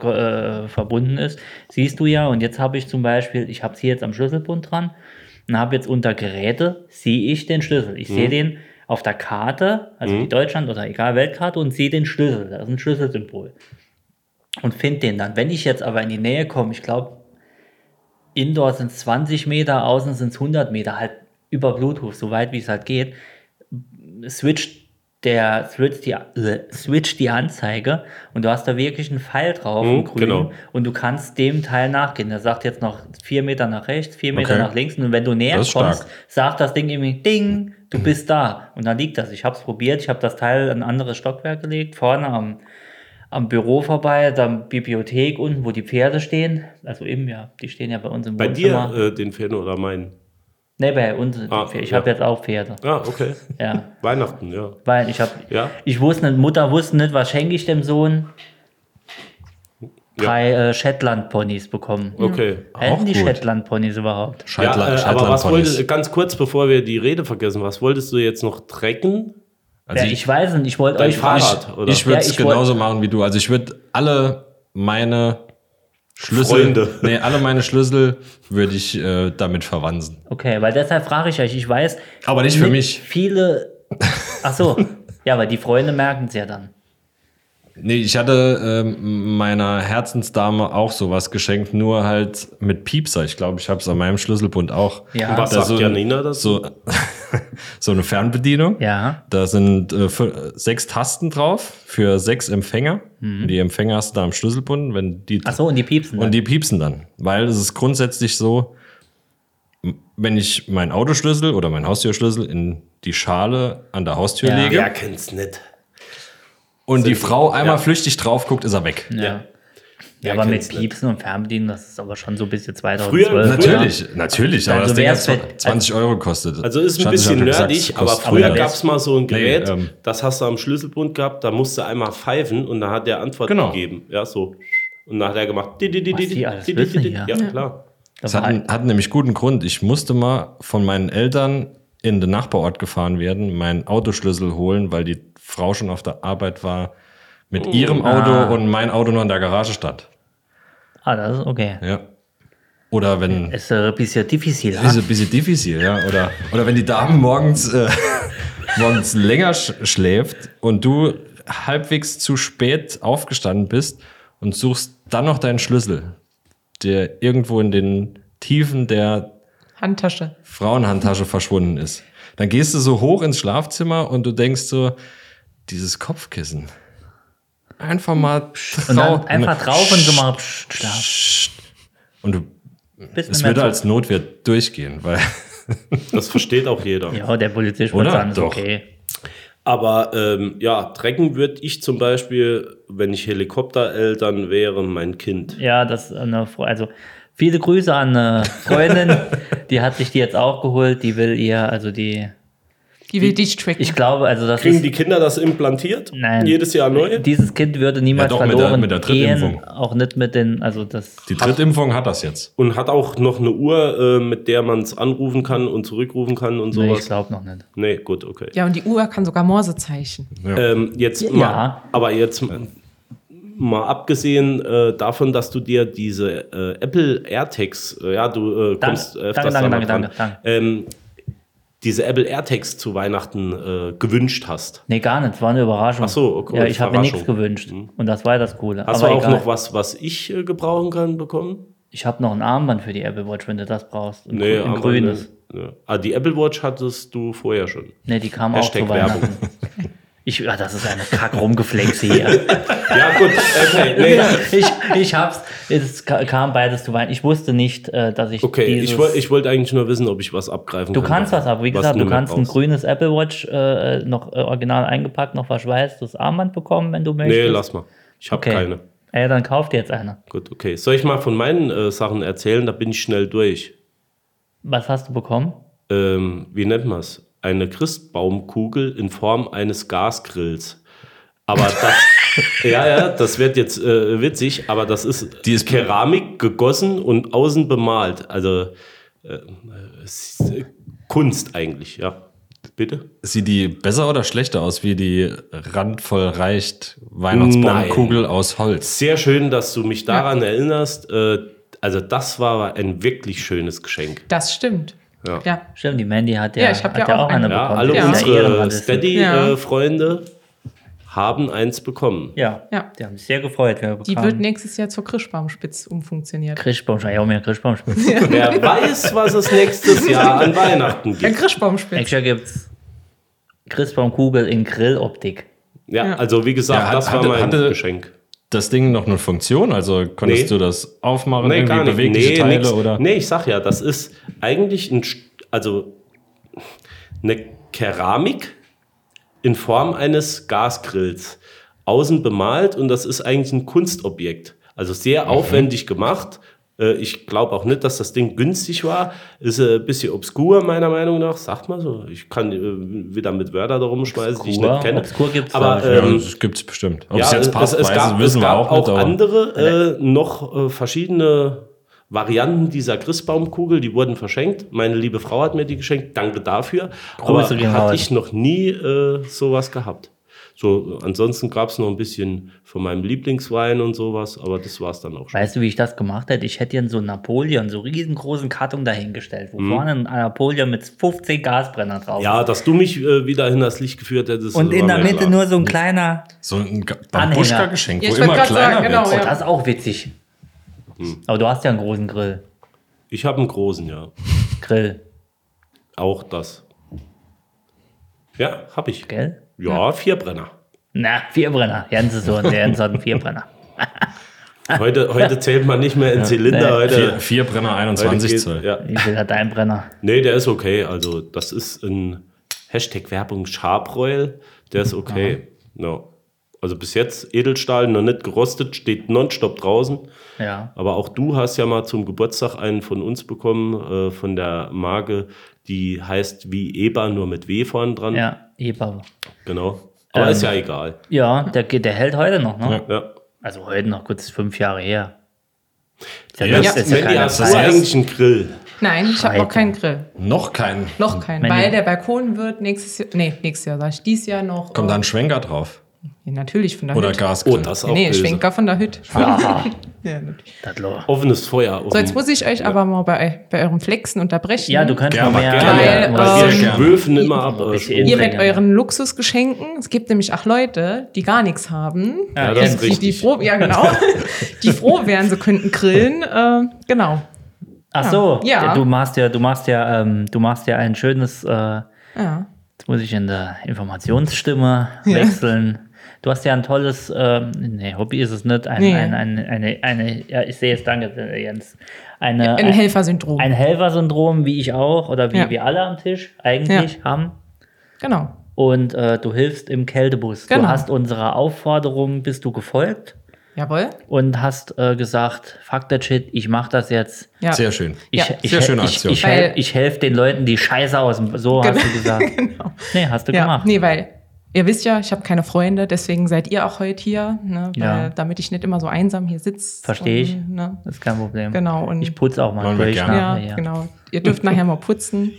Speaker 4: äh, verbunden ist, siehst du ja. Und jetzt habe ich zum Beispiel, ich habe es hier jetzt am Schlüsselbund dran und habe jetzt unter Geräte sehe ich den Schlüssel. Ich
Speaker 7: Mhm.
Speaker 4: sehe den auf der Karte, also die Deutschland oder egal Weltkarte und sehe den Schlüssel. Das ist ein Schlüsselsymbol und finde den dann. Wenn ich jetzt aber in die Nähe komme, ich glaube, indoor sind 20 Meter, außen sind es 100 Meter, halt über Bluetooth, so weit wie es halt geht, switcht der switcht die, äh, switcht die Anzeige und du hast da wirklich einen Pfeil drauf,
Speaker 6: Mhm,
Speaker 4: einen grünen,
Speaker 7: genau.
Speaker 4: und du kannst dem Teil nachgehen. Der sagt jetzt noch vier Meter nach rechts, vier Meter
Speaker 6: Okay.
Speaker 4: nach links und wenn du näher
Speaker 6: Das ist
Speaker 4: kommst,
Speaker 6: stark.
Speaker 4: sagt das Ding irgendwie Ding, du bist da und dann liegt das. Ich habe es probiert, ich habe das Teil an ein anderes Stockwerk gelegt, vorne am am Büro vorbei, dann Bibliothek unten, wo die Pferde stehen. Also eben, ja, die stehen ja bei uns im
Speaker 7: Bei
Speaker 4: Wohnzimmer.
Speaker 7: dir äh, den Fan oder meinen?
Speaker 4: nee, bei uns. sind die
Speaker 7: Ah,
Speaker 4: Pferde. ich
Speaker 7: ja.
Speaker 4: habe jetzt auch Pferde.
Speaker 7: Ah, okay.
Speaker 4: Ja,
Speaker 7: Weihnachten, ja.
Speaker 4: weil ich habe,
Speaker 7: Ja.
Speaker 4: ich wusste nicht, Mutter wusste nicht, was schenke ich dem Sohn.
Speaker 7: Ja.
Speaker 4: Drei äh, Shetland-Ponys bekommen.
Speaker 7: Okay.
Speaker 4: Hätten die
Speaker 6: gut.
Speaker 4: Shetland-Ponys überhaupt?
Speaker 7: Ja,
Speaker 6: Scheitler,
Speaker 7: äh, aber was
Speaker 6: Scheitlerponys.
Speaker 7: wolltest, ganz kurz, bevor wir die Rede vergessen, was wolltest du jetzt noch trecken?
Speaker 6: Also
Speaker 4: ja,
Speaker 6: ich-
Speaker 4: ich weiß nicht, ich wollte
Speaker 7: Dein
Speaker 4: euch fragen.
Speaker 7: Fahrrad, oder?
Speaker 6: Ich würde es
Speaker 4: Ja, ich wollt-
Speaker 6: genauso machen wie du. Also ich würde alle meine Schlüssel,
Speaker 7: Freunde.
Speaker 6: nee, alle meine Schlüssel würde ich äh, damit verwandeln.
Speaker 4: Okay, weil deshalb frage ich euch, ich weiß.
Speaker 6: Aber nicht für
Speaker 4: mit-
Speaker 6: mich.
Speaker 4: Viele. Ach so, ja, weil die Freunde merken es ja dann.
Speaker 6: Nee, ich hatte ähm, meiner Herzensdame auch sowas geschenkt, nur halt mit Piepser. Ich glaube, ich habe es an meinem Schlüsselbund auch.
Speaker 4: Ja.
Speaker 7: Was
Speaker 6: Da
Speaker 7: sagt Janina dazu?
Speaker 6: So, so eine Fernbedienung.
Speaker 4: Ja.
Speaker 6: Da sind äh, fü- sechs Tasten drauf für sechs Empfänger. Und Die Empfänger hast du da am Schlüsselbund. Wenn die
Speaker 4: Mhm. Ach so, und die piepsen. dann.
Speaker 6: Und die piepsen dann. Weil es ist grundsätzlich so, m- wenn ich meinen Autoschlüssel oder meinen Haustürschlüssel in die Schale an der Haustür
Speaker 4: Ja.
Speaker 6: lege
Speaker 7: Wer kennt's nicht?
Speaker 6: und die Frau einmal
Speaker 7: Ja.
Speaker 6: flüchtig drauf guckt, ist er weg.
Speaker 4: ja.
Speaker 7: Wer
Speaker 4: Ja, aber mit
Speaker 7: kennt's nicht?
Speaker 4: Piepsen und Fernbedienen, das ist aber schon so ein bisschen
Speaker 7: Früher-
Speaker 4: 2012.
Speaker 6: Natürlich, natürlich. Aber
Speaker 4: Also
Speaker 6: das Ding hat
Speaker 4: wär's
Speaker 6: zwa-
Speaker 4: mit-
Speaker 6: 20 Euro kostet.
Speaker 7: halt Also ist ein
Speaker 6: Schatz, ich
Speaker 7: bisschen
Speaker 6: hab dir gesagt,
Speaker 7: nerdig,
Speaker 6: es
Speaker 7: aber
Speaker 6: kostet
Speaker 7: früher
Speaker 6: 100.
Speaker 7: gab es mal so ein Gerät,
Speaker 6: ähm,
Speaker 7: das hast du am Schlüsselbund gehabt, da musst du einmal pfeifen und da hat der Antwort
Speaker 6: Genau.
Speaker 7: gegeben. Ja, so. Und dann hat er gemacht. di, di, di,
Speaker 4: Was
Speaker 7: di,
Speaker 4: die alles
Speaker 7: di, di,
Speaker 4: wissen
Speaker 7: di.
Speaker 4: hier.
Speaker 7: Ja, klar.
Speaker 4: Da
Speaker 6: Das
Speaker 4: war
Speaker 6: hat,
Speaker 7: halt-
Speaker 6: einen- hat nämlich guten Grund. Ich musste mal von meinen Eltern in den Nachbarort gefahren werden, meinen Autoschlüssel holen, weil die Frau schon auf der Arbeit war
Speaker 7: Oh.
Speaker 6: mit ihrem Auto
Speaker 4: Ah.
Speaker 6: und mein Auto noch in der Garage stand.
Speaker 4: ah, das ist okay.
Speaker 6: Ja. Oder wenn.
Speaker 4: Ist äh, ein bisschen diffizil.
Speaker 6: Das ist
Speaker 4: ha?
Speaker 6: ein bisschen diffizil, ja. Oder, oder wenn die Dame morgens, äh, morgens länger sch schläft und du halbwegs zu spät aufgestanden bist und suchst dann noch deinen Schlüssel, der irgendwo in den Tiefen der
Speaker 5: Handtasche.
Speaker 6: Frauenhandtasche verschwunden ist. Dann gehst du so hoch ins Schlafzimmer und du denkst so, dieses Kopfkissen. Einfach mal
Speaker 4: Und
Speaker 6: trau-
Speaker 4: dann einfach drauf und so mal. Psch,
Speaker 6: Psst. Und du,
Speaker 4: bis
Speaker 6: es
Speaker 4: man
Speaker 6: würde
Speaker 4: merkt,
Speaker 6: als Notwehr durchgehen, weil
Speaker 7: Das versteht auch jeder.
Speaker 4: Ja, der Polizist
Speaker 6: Oder?
Speaker 4: würde sagen, ist
Speaker 6: Doch.
Speaker 4: okay.
Speaker 7: Aber ähm, ja, trecken würde ich zum Beispiel, wenn ich Helikoptereltern wäre, mein Kind.
Speaker 4: Ja, das ist eine Fre Also, viele Grüße an eine Freundin. die hat sich die jetzt auch geholt. Die will ihr, also die.
Speaker 5: Die will dich tricken.
Speaker 4: Ich glaube, also das
Speaker 7: Kriegen
Speaker 4: ist.
Speaker 7: die Kinder das implantiert?
Speaker 4: Nein.
Speaker 7: Jedes Jahr neu?
Speaker 4: Dieses Kind würde niemals
Speaker 6: Ja, doch, mit der-
Speaker 4: verloren
Speaker 6: mit der
Speaker 4: gehen.
Speaker 6: Drittimpfung.
Speaker 4: Auch nicht mit den. Also, das.
Speaker 6: die Drittimpfung hat das jetzt.
Speaker 7: Und hat auch noch eine Uhr, äh, mit der man es anrufen kann und zurückrufen kann und
Speaker 4: nee, ich
Speaker 7: sowas?
Speaker 4: glaube noch nicht.
Speaker 7: Nee, gut, okay.
Speaker 5: Ja, und die Uhr kann sogar Morsezeichen.
Speaker 7: Ähm, jetzt
Speaker 4: Ja.
Speaker 7: mal, aber jetzt Mal abgesehen äh, davon, dass du dir diese äh, Apple AirTags, äh, ja, du äh, kommst
Speaker 4: Danke,
Speaker 7: öfters
Speaker 4: danke,
Speaker 7: da
Speaker 4: danke,
Speaker 7: mal dran,
Speaker 4: danke, danke.
Speaker 7: Ähm, diese Apple AirTags zu Weihnachten äh, gewünscht hast.
Speaker 4: Nee, gar nicht. War eine Überraschung.
Speaker 7: Ach so, okay,
Speaker 4: Ja, ich habe mir
Speaker 7: Überraschung. Mhm.
Speaker 4: nichts gewünscht. Und das war ja das Coole.
Speaker 7: Hast
Speaker 4: Aber
Speaker 7: du auch
Speaker 4: egal.
Speaker 7: noch was, was ich äh, gebrauchen kann, bekommen?
Speaker 4: Ich habe noch ein Armband für die Apple Watch, wenn du das brauchst. Ein, grü- ein
Speaker 7: aber
Speaker 4: grünes.
Speaker 7: ne- ne. Ah, die Apple Watch hattest du vorher schon.
Speaker 4: Nee, die kam auch
Speaker 7: Hashtag
Speaker 4: zu
Speaker 7: Werbung.
Speaker 4: Weihnachten. Ich, ja, das ist eine Kack rumgeflexe hier.
Speaker 7: ja, gut, okay. Nee.
Speaker 4: ich, ich hab's. Es ka- kam beides zu Weihnachten. Ich wusste nicht, äh, dass ich.
Speaker 7: Okay,
Speaker 4: dieses,
Speaker 7: ich, woll- ich wollte eigentlich nur wissen, ob ich was abgreifen
Speaker 4: Du
Speaker 7: kann.
Speaker 4: kannst was ab. Wie gesagt,
Speaker 7: du
Speaker 4: du
Speaker 7: mehr
Speaker 4: kannst ein
Speaker 7: brauchst.
Speaker 4: grünes Apple Watch äh, noch äh, original eingepackt, noch verschweißtes Armband bekommen, wenn du möchtest.
Speaker 7: Nee, lass mal. Ich habe
Speaker 4: Okay.
Speaker 7: keine.
Speaker 4: Ey, dann kauf dir jetzt eine.
Speaker 7: Gut, okay. Soll ich mal von meinen äh, Sachen erzählen? Da bin ich schnell durch.
Speaker 4: Was hast du bekommen?
Speaker 7: Ähm, wie nennt man es? Eine Christbaumkugel in Form eines Gasgrills. Aber das, ja, ja, das wird jetzt äh, witzig, aber das ist,
Speaker 6: Die ist-
Speaker 7: Keramik gegossen und außen bemalt. Also äh, es ist, äh, Kunst eigentlich, ja. Bitte?
Speaker 6: Sieht die besser oder schlechter aus wie die randvoll reicht Weihnachtsbaumkugel aus Holz?
Speaker 7: Sehr schön, dass du mich daran erinnerst. Äh, also, das war ein wirklich schönes Geschenk.
Speaker 5: Das stimmt.
Speaker 7: Ja.
Speaker 5: ja.
Speaker 4: Stimmt, die Mandy hat ja,
Speaker 5: Ja, ich hab
Speaker 4: hat
Speaker 5: ja auch
Speaker 4: eine
Speaker 5: eine.
Speaker 7: Ja,
Speaker 4: bekommen.
Speaker 7: alle
Speaker 4: Die ist ja
Speaker 7: unsere
Speaker 4: Ehrenradisten.
Speaker 5: Ja.
Speaker 7: Steady-Freunde haben eins bekommen.
Speaker 4: Ja,
Speaker 5: Ja.
Speaker 4: die haben sich sehr gefreut. Wir
Speaker 5: Die
Speaker 4: bekamen
Speaker 5: wird nächstes Jahr zur Krischbaumspitz umfunktioniert.
Speaker 4: Christbaumschwein, ja, mehr Christbaumschwein.
Speaker 7: Wer weiß, was es nächstes Jahr an Weihnachten
Speaker 5: Ein
Speaker 7: gibt.
Speaker 5: Krischbaumspitz.
Speaker 4: Extra gibt's Christbaumkugel in Grilloptik.
Speaker 7: Ja,
Speaker 5: Ja.
Speaker 7: also wie gesagt,
Speaker 6: Ja, hat-
Speaker 7: das war
Speaker 6: hatte-
Speaker 7: mein
Speaker 6: hatte-
Speaker 7: Geschenk.
Speaker 6: Das Ding noch eine Funktion? Also konntest
Speaker 7: Nee.
Speaker 6: du das aufmachen,
Speaker 7: Nee,
Speaker 6: irgendwie
Speaker 7: gar nicht.
Speaker 6: bewegliche
Speaker 7: Nee,
Speaker 6: Teile
Speaker 7: nix.
Speaker 6: oder?
Speaker 7: nee, ich sag ja, das ist eigentlich ein, St- also eine Keramik in Form eines Gasgrills. Außen bemalt und das ist eigentlich ein Kunstobjekt. Also sehr
Speaker 4: Mhm.
Speaker 7: aufwendig gemacht. Äh, Ich glaube auch nicht, dass das Ding günstig war. Ist äh, ein bisschen obskur, meiner Meinung nach. Sagt man so. Ich kann äh, wieder mit Wörtern da rumschmeißen, die ich
Speaker 4: Obskur?
Speaker 7: nicht kenne.
Speaker 4: Obskur gibt's
Speaker 7: Aber
Speaker 4: da nicht.
Speaker 6: ja,
Speaker 7: ähm,
Speaker 6: das gibt's bestimmt. Ob es jetzt
Speaker 7: es-
Speaker 6: passt,
Speaker 7: es, es
Speaker 6: weiß,
Speaker 7: gab,
Speaker 6: wissen
Speaker 7: es
Speaker 6: wir
Speaker 7: gab
Speaker 6: auch
Speaker 7: auch,
Speaker 6: nicht. aber-
Speaker 7: andere äh, noch äh, verschiedene Varianten dieser Christbaumkugel, die wurden verschenkt. Meine liebe Frau hat mir die geschenkt, danke dafür.
Speaker 4: Grüße
Speaker 7: Aber
Speaker 4: gehen
Speaker 7: hatte
Speaker 4: raus.
Speaker 7: ich noch nie äh, sowas gehabt. So, äh, ansonsten gab es noch ein bisschen von meinem Lieblingswein und sowas, aber das war es dann auch schon.
Speaker 4: Weißt du, wie ich das gemacht hätte? Ich hätte hier so einen Napoleon, so riesengroßen Karton dahingestellt, wo vorne ein Napoleon mit 15 Gasbrenner drauf
Speaker 7: Mhm. Ja, dass du mich äh, wieder hinters Licht geführt hättest. äh,
Speaker 4: ist. Und
Speaker 7: war
Speaker 4: in der
Speaker 7: mir
Speaker 4: Mitte
Speaker 7: klar.
Speaker 4: nur so ein kleiner.
Speaker 6: So ein Bambuschka-Geschenk,
Speaker 5: Ja,
Speaker 6: wo
Speaker 5: ich wollte
Speaker 6: immer
Speaker 5: gerade
Speaker 6: kleiner
Speaker 5: sagen, genau,
Speaker 6: wird.
Speaker 4: Oh,
Speaker 5: ja.
Speaker 4: das ist auch witzig.
Speaker 7: Mhm.
Speaker 4: Aber du hast ja einen großen Grill.
Speaker 7: Ich habe einen großen, ja.
Speaker 4: Grill,
Speaker 7: Auch das. Ja, habe ich.
Speaker 4: gell?
Speaker 7: Ja, Vierbrenner.
Speaker 4: Na, Vierbrenner. Jens ist so, der Jens hat einen Vierbrenner.
Speaker 7: Heute, heute zählt man nicht mehr in Zylinder.
Speaker 4: nee.
Speaker 7: Heute,
Speaker 6: Vier, vier Brenner
Speaker 7: heute
Speaker 6: 21
Speaker 7: geht-
Speaker 6: Zoll.
Speaker 7: Ja.
Speaker 4: Wie viel hat dein Brenner?
Speaker 7: Nee, der ist okay. Also, das ist ein Hashtag Werbung Schabreul. Der ist okay. No. Also, bis jetzt Edelstahl noch nicht gerostet, steht nonstop draußen.
Speaker 4: Ja.
Speaker 7: Aber auch du hast ja mal zum Geburtstag einen von uns bekommen, äh, von der Marke, die heißt wie Eber, nur mit W vorne dran.
Speaker 4: Ja, Eber.
Speaker 7: Genau. Aber
Speaker 4: Ähm.
Speaker 7: ist ja egal.
Speaker 4: Ja, der, geht- der hält heute noch, ne?
Speaker 7: Ja.
Speaker 4: Also heute noch, gut, das ist fünf Jahre her. Ist
Speaker 6: Ja,
Speaker 4: jetzt-
Speaker 6: das
Speaker 4: ist ja
Speaker 7: Mandy,
Speaker 4: keine
Speaker 7: hast du
Speaker 4: Zeit.
Speaker 6: Zeit.
Speaker 7: eigentlich einen Grill?
Speaker 5: Nein, ich habe
Speaker 4: Alter.
Speaker 5: noch keinen Grill.
Speaker 6: Noch kein.
Speaker 5: Noch keinen.
Speaker 4: Wenn ihr-
Speaker 5: Weil der Balkon wird nächstes Jahr, nee, nächstes Jahr sag ich, dies Jahr noch.
Speaker 6: Kommt da
Speaker 5: äh,
Speaker 6: ein Schwenker drauf?
Speaker 5: Ja, natürlich von der
Speaker 6: Oder
Speaker 5: Hütte.
Speaker 6: Gasgrill?
Speaker 7: Oh, das ist auch
Speaker 5: Nee,
Speaker 7: böse.
Speaker 5: Schwenker von der Hütte.
Speaker 4: Aha,
Speaker 5: Ja, natürlich.
Speaker 4: das lo-
Speaker 7: Offenes Feuer. Oh.
Speaker 5: so, jetzt muss ich euch aber mal bei, bei eurem Flexen unterbrechen.
Speaker 4: ja, du kannst
Speaker 6: Gerne,
Speaker 4: mal mehr. äh,
Speaker 6: gerne.
Speaker 5: Weil,
Speaker 4: mal-
Speaker 5: ähm,
Speaker 7: Wir
Speaker 6: gerne.
Speaker 7: schwöfen immer ab. äh,
Speaker 4: bisschen
Speaker 7: Strom.
Speaker 5: Ihr mit
Speaker 4: Träger,
Speaker 5: euren Luxusgeschenken. Es gibt nämlich auch Leute, die gar nichts haben.
Speaker 7: Ja, das ist
Speaker 5: Also die, die, die
Speaker 7: richtig.
Speaker 5: froh, ja, genau. die froh wären, sie könnten grillen. Äh, genau.
Speaker 4: Ach so,
Speaker 5: Ja.
Speaker 4: du machst ja, du machst ja, ähm, du machst ja ein schönes, äh, jetzt
Speaker 5: Ja.
Speaker 4: muss ich in der Informationsstimme wechseln. Du hast ja ein tolles, ähm, nee, Hobby ist es nicht, ein,
Speaker 5: Nee.
Speaker 4: ein, ein, eine, eine, ja, ich sehe es, danke, äh, Jens. Eine,
Speaker 5: Ein Helfersyndrom.
Speaker 4: ein Helfersyndrom, wie ich auch, oder wie
Speaker 5: Oh. Ja.
Speaker 4: wir alle am Tisch eigentlich haben.
Speaker 5: genau.
Speaker 4: Und äh, du hilfst im Kältebus. Du
Speaker 5: Genau.
Speaker 4: hast unserer Aufforderung, bist du gefolgt
Speaker 5: Jawohl.
Speaker 4: und hast äh, gesagt, fuck that shit, ich mach das jetzt.
Speaker 5: Ja.
Speaker 6: Sehr schön.
Speaker 4: Ich,
Speaker 5: Ja.
Speaker 4: ich,
Speaker 6: Sehr schöne
Speaker 4: ich,
Speaker 6: Aktion.
Speaker 4: Ich, ich,
Speaker 5: Weil-
Speaker 4: helf, ich helf den Leuten die Scheiße aus. dem- So hast du gesagt.
Speaker 5: genau.
Speaker 4: Nee, hast du
Speaker 5: Ja,
Speaker 4: gemacht.
Speaker 5: nee, weil ihr wisst ja, ich habe keine Freunde, deswegen seid ihr auch heute hier, ne, weil,
Speaker 4: Ja.
Speaker 5: damit ich nicht immer so einsam hier sitze.
Speaker 4: Versteh ich.
Speaker 5: Ne,
Speaker 4: Das ist kein Problem.
Speaker 5: genau. Und
Speaker 4: Ich putze auch mal
Speaker 6: Wollen wir
Speaker 4: durch.
Speaker 6: gerne.
Speaker 5: ja,
Speaker 4: nachher, ja.
Speaker 5: genau. Ihr dürft nachher mal putzen.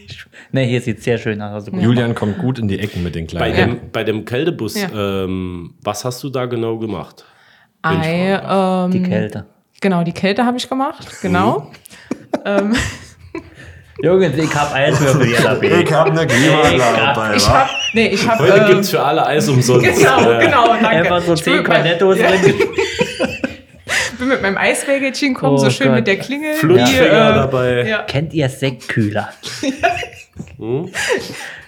Speaker 4: Nee, hier sieht sehr schön aus. Also gut.
Speaker 6: Julian kommt gut in die Ecken mit den
Speaker 7: Bei,
Speaker 6: kleinen.
Speaker 7: dem, bei dem Kältebus, ähm, was hast du da genau gemacht? Wenn ich
Speaker 5: Ei,
Speaker 7: fragen
Speaker 5: ähm,
Speaker 4: Die Kälte.
Speaker 5: Genau, die Kälte habe ich gemacht, genau. ähm,
Speaker 4: Jungs, ich hab Eiswürfel hier dabei.
Speaker 8: Ich habe eine Klimaanlage dabei,
Speaker 5: ich
Speaker 8: wa?
Speaker 5: habe, nee, ich habe,
Speaker 7: Heute
Speaker 5: ähm,
Speaker 7: gibt's für alle Eis umsonst.
Speaker 5: genau,
Speaker 7: Äh,
Speaker 5: genau, danke.
Speaker 4: Einfach so
Speaker 5: ich bin
Speaker 4: zehn
Speaker 5: mit, meinem-
Speaker 4: Cornettos drin.
Speaker 5: bin mit meinem Eiswägelchen gekommen,
Speaker 4: Oh
Speaker 5: so schön
Speaker 4: Gott.
Speaker 5: mit der Klingel.
Speaker 7: Flutschfinger
Speaker 5: Hier, äh,
Speaker 7: dabei.
Speaker 5: ja.
Speaker 4: Kennt ihr Sektkühler?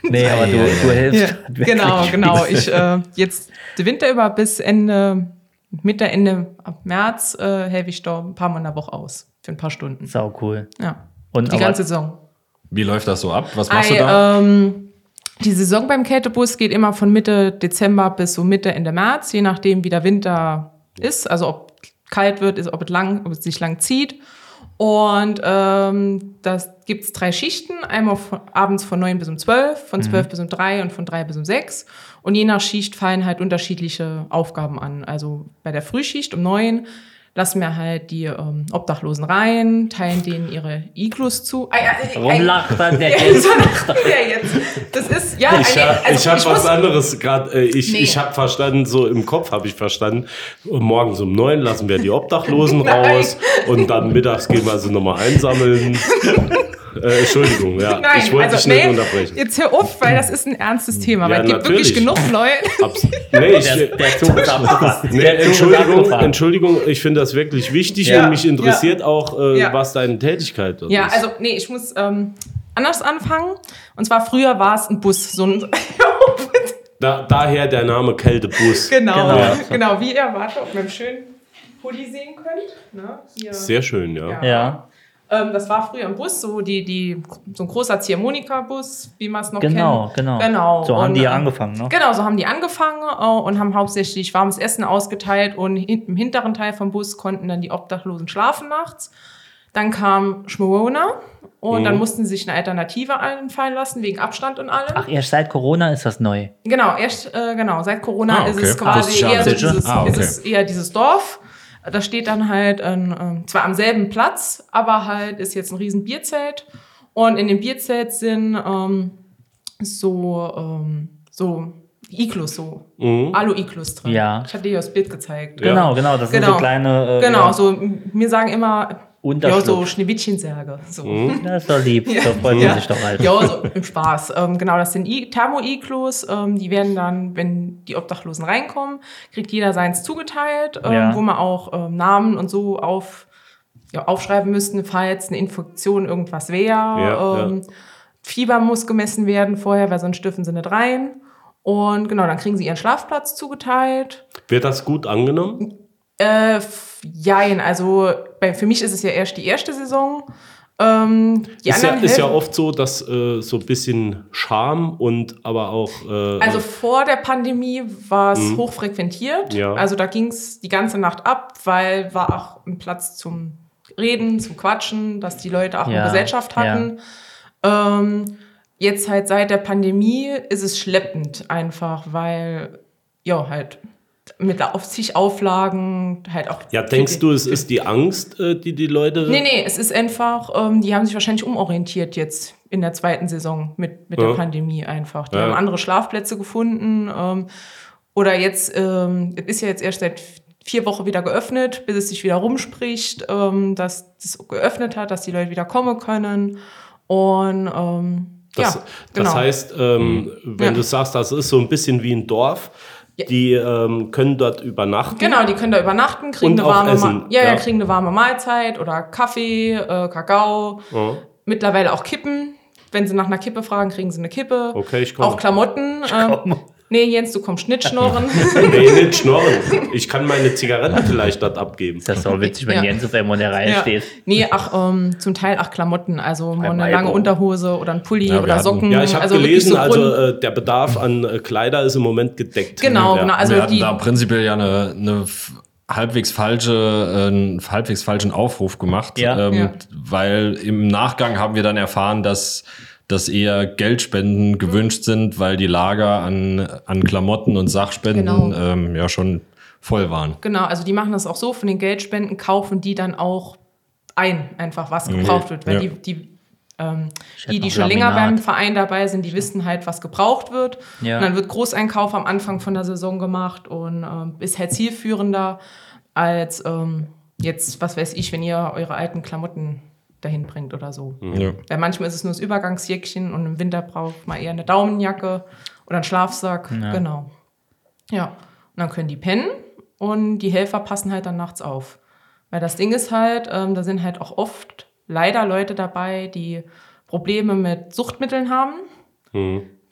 Speaker 4: nee, aber du, du hilfst.
Speaker 5: Hm? Ja, genau, genau. Ich äh, jetzt den Winter über bis Ende, Mitte, Ende ab März äh, helfe ich da ein paar Mal in der Woche aus. Für ein paar Stunden.
Speaker 4: Sau cool.
Speaker 5: Ja.
Speaker 4: Und
Speaker 5: Die
Speaker 4: aber-
Speaker 5: ganze Saison.
Speaker 6: Wie läuft das so ab? Was machst
Speaker 5: Ei,
Speaker 6: du da?
Speaker 5: ähm, die Saison beim Kältebus geht immer von Mitte Dezember bis so Mitte Ende März, je nachdem, wie der Winter ist, also ob kalt wird, ist, ob es lang, ob es sich lang zieht. Und ähm, das gibt's drei Schichten, einmal von, abends von 9 bis um 12, von 12
Speaker 6: Mhm.
Speaker 5: bis um 3 und von 3 bis um 6. Und je nach Schicht fallen halt unterschiedliche Aufgaben an. Also bei der Frühschicht um 9 lassen wir halt die ähm, Obdachlosen rein, teilen denen ihre Iglus zu. Ei, ei, ei,
Speaker 4: Warum
Speaker 5: ei.
Speaker 4: lacht dann der
Speaker 5: Ja,
Speaker 4: Jens?
Speaker 5: so lacht er jetzt. Das ist, ja,
Speaker 7: Ich
Speaker 5: nee,
Speaker 7: habe
Speaker 5: also
Speaker 7: hab was
Speaker 5: muss-
Speaker 7: anderes gerade. Äh, ich
Speaker 5: Nee.
Speaker 7: ich habe verstanden, so im Kopf habe ich verstanden. Und morgens um neun lassen wir die Obdachlosen
Speaker 5: Nein.
Speaker 7: raus und dann mittags gehen wir sie nochmal einsammeln. äh, Entschuldigung, ja.
Speaker 5: Nein,
Speaker 7: ich wollte
Speaker 5: also,
Speaker 7: dich nicht
Speaker 5: nee,
Speaker 7: unterbrechen.
Speaker 5: Jetzt hör auf, weil das ist ein ernstes Thema.
Speaker 7: Ja,
Speaker 5: weil es gibt
Speaker 7: natürlich.
Speaker 5: wirklich genug Leute.
Speaker 7: Abs nee, ich,
Speaker 4: Der, der Zug ist abgefahren.
Speaker 7: nee,
Speaker 4: Der Zug ist
Speaker 7: Entschuldigung,
Speaker 4: abgefahren.
Speaker 7: Entschuldigung, ich finde das wirklich wichtig
Speaker 5: Ja,
Speaker 7: und mich interessiert auch, äh,
Speaker 5: Ja.
Speaker 7: was deine Tätigkeit dort
Speaker 5: Ja,
Speaker 7: ist.
Speaker 5: also, nee, ich muss ähm, anders anfangen. Und zwar früher war es ein Bus, so ein.
Speaker 7: da, daher der Name Kältebus.
Speaker 5: genau,
Speaker 4: Genau.
Speaker 5: genau, wie ihr warte, ob ihr einen schönen Pulli sehen könnt. Ne? Hier.
Speaker 7: Sehr schön, ja.
Speaker 5: Ja.
Speaker 4: Ja,
Speaker 5: Ähm, das war früher ein Bus, so, die, die, so ein großer Ziehharmonika-Bus, wie man es noch
Speaker 4: genau,
Speaker 5: kennt.
Speaker 4: genau.
Speaker 5: genau.
Speaker 4: So haben
Speaker 5: Und,
Speaker 4: die ja
Speaker 5: ähm,
Speaker 4: angefangen, ne?
Speaker 5: Genau, so haben die angefangen äh, und haben hauptsächlich warmes Essen ausgeteilt und hin- im hinteren Teil vom Bus konnten dann die Obdachlosen schlafen nachts. Dann kam Schmorona und dann mussten sie sich eine Alternative einfallen lassen, wegen Abstand und allem.
Speaker 4: Mhm. Ach, erst seit Corona ist das neu.
Speaker 5: Genau, erst, äh, genau, seit Corona
Speaker 6: Ah, okay.
Speaker 5: ist es
Speaker 6: Wusste ich
Speaker 5: quasi
Speaker 6: ja
Speaker 5: eher, so
Speaker 6: nicht.
Speaker 5: dieses,
Speaker 6: Ah, okay.
Speaker 5: ist es eher dieses Dorf. Da steht dann halt ein, ähm, zwar am selben Platz, aber halt ist jetzt ein riesen Bierzelt. Und in dem Bierzelt sind ähm, so, ähm, so Iglus, so
Speaker 7: Mhm.
Speaker 5: Alu-Iglus drin.
Speaker 4: Ja.
Speaker 5: Ich habe dir ja das Bild gezeigt.
Speaker 7: Ja.
Speaker 4: Genau, genau. Das sind
Speaker 5: Genau.
Speaker 4: so kleine. Äh,
Speaker 5: Genau,
Speaker 4: ja.
Speaker 5: so, m- wir sagen immer, ja,
Speaker 4: Unterschlupf.
Speaker 5: so Schneewittchensärge. So.
Speaker 4: Das ist doch lieb. Da freut man
Speaker 5: Ja.
Speaker 4: sich doch halt.
Speaker 5: Ja, so im Spaß. Ähm, genau, das sind I- Thermo-Iglos. Ähm, die werden dann, wenn die Obdachlosen reinkommen, kriegt jeder seins zugeteilt, ähm,
Speaker 4: Ja.
Speaker 5: wo man auch ähm, Namen und so auf, ja, aufschreiben müssten, falls eine Infektion irgendwas wäre.
Speaker 7: Ja,
Speaker 5: ähm, Fieber muss gemessen werden vorher, weil sonst dürfen sie nicht rein. Und genau, dann kriegen sie ihren Schlafplatz zugeteilt.
Speaker 7: Wird das gut angenommen?
Speaker 5: Äh, f- jein, also bei, für mich ist es ja erst die erste Saison. Ähm, die
Speaker 7: ist, ja,
Speaker 5: anderen
Speaker 7: ist ja
Speaker 5: helfen-
Speaker 7: oft so, dass äh, so ein bisschen Charme und aber auch. Äh, Mhm.
Speaker 5: Also vor der Pandemie war es hochfrequentiert.
Speaker 7: Ja.
Speaker 5: Also da ging es die ganze Nacht ab, weil war auch ein Platz zum Reden, zum Quatschen, dass die Leute auch
Speaker 4: Ja,
Speaker 5: eine Gesellschaft hatten. Ähm, jetzt halt seit der Pandemie ist es schleppend einfach, weil ja halt mit auf sich Auflagen halt auch.
Speaker 7: ja, denkst du, es ist die Angst, äh, die die Leute.
Speaker 5: Nee, nee, es ist einfach, ähm, die haben sich wahrscheinlich umorientiert jetzt in der zweiten Saison mit, mit
Speaker 7: Ja.
Speaker 5: der Pandemie einfach. Die
Speaker 7: Ja.
Speaker 5: haben andere Schlafplätze gefunden. Ähm, oder jetzt, ähm, es ist ja jetzt erst seit vier Wochen wieder geöffnet, bis es sich wieder rumspricht, ähm, dass es geöffnet hat, dass die Leute wieder kommen können. Und ähm,
Speaker 7: Das,
Speaker 5: ja,
Speaker 7: das heißt, ähm, wenn
Speaker 5: Ja.
Speaker 7: du sagst, das ist so ein bisschen wie ein Dorf,
Speaker 5: Ja.
Speaker 7: die ähm, können dort übernachten.
Speaker 5: Genau, die können da übernachten, kriegen,
Speaker 7: Und
Speaker 5: eine
Speaker 7: auch
Speaker 5: warme,
Speaker 7: essen,
Speaker 5: Ma- ja, ja.
Speaker 7: ja.
Speaker 5: kriegen eine warme Mahlzeit oder Kaffee, äh, Kakao,
Speaker 7: Ja.
Speaker 5: mittlerweile auch Kippen. Wenn sie nach einer Kippe fragen, kriegen sie eine Kippe.
Speaker 7: Okay, ich komme.
Speaker 5: Auch Klamotten. ähm, nee, Jens, du kommst Schnittschnorren.
Speaker 7: Nee, nicht schnorren. Ich kann meine Zigaretten vielleicht dort abgeben.
Speaker 4: Das ist doch witzig, wenn
Speaker 5: Ja.
Speaker 4: Jens auf einmal in der Reihe
Speaker 5: ja.
Speaker 4: steht.
Speaker 5: Nee, ach, ähm, zum Teil auch Klamotten. Also mal eine
Speaker 4: Weibo.
Speaker 5: lange Unterhose oder ein Pulli
Speaker 6: Ja, wir
Speaker 5: oder
Speaker 6: hatten-
Speaker 5: Socken.
Speaker 7: Ja, ich habe
Speaker 5: also wirklich
Speaker 7: gelesen,
Speaker 5: so
Speaker 7: also
Speaker 5: Grund-
Speaker 7: äh, der Bedarf an äh, Kleider ist im Moment gedeckt. ne?
Speaker 5: Genau,
Speaker 7: ja.
Speaker 5: genau. Also
Speaker 6: wir hatten
Speaker 5: die,
Speaker 6: da prinzipiell ja eine, eine f- halbwegs falsche, äh, einen halbwegs falschen Aufruf gemacht,
Speaker 4: Ja.
Speaker 6: Ähm,
Speaker 5: Ja.
Speaker 6: weil im Nachgang haben wir dann erfahren, dass dass eher Geldspenden gewünscht sind, weil die Lager an, an Klamotten und Sachspenden
Speaker 5: Genau.
Speaker 6: ähm, ja schon voll waren.
Speaker 5: Genau, also die machen das auch so, von den Geldspenden kaufen die dann auch ein, einfach was gebraucht wird. Weil
Speaker 6: ja.
Speaker 5: die, die, ähm,
Speaker 4: hätte
Speaker 5: die, die
Speaker 4: noch
Speaker 5: schon länger
Speaker 4: Laminat.
Speaker 5: beim Verein dabei sind, die wissen halt, was gebraucht wird.
Speaker 4: Ja.
Speaker 5: Und dann wird Großeinkauf am Anfang von der Saison gemacht und ähm, ist halt zielführender. als ähm, jetzt, was weiß ich, wenn ihr eure alten Klamotten dahin bringt oder so.
Speaker 6: Mhm. Ja.
Speaker 5: Weil manchmal ist es nur das Übergangsjäckchen und im Winter braucht man eher eine Daumenjacke oder einen Schlafsack. Genau. Ja. Und dann können die pennen und die Helfer passen halt dann nachts auf. Weil das Ding ist halt, ähm, da sind halt auch oft leider Leute dabei, die Probleme mit Suchtmitteln haben.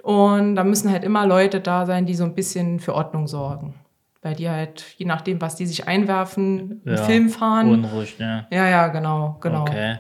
Speaker 5: Und da müssen halt immer Leute da sein, die so ein bisschen für Ordnung sorgen. Weil die halt, je nachdem, was die sich einwerfen, einen
Speaker 4: Ja.
Speaker 5: Film fahren.
Speaker 4: Unruhig, ja.
Speaker 5: Ja, ja, genau, genau.
Speaker 4: Okay.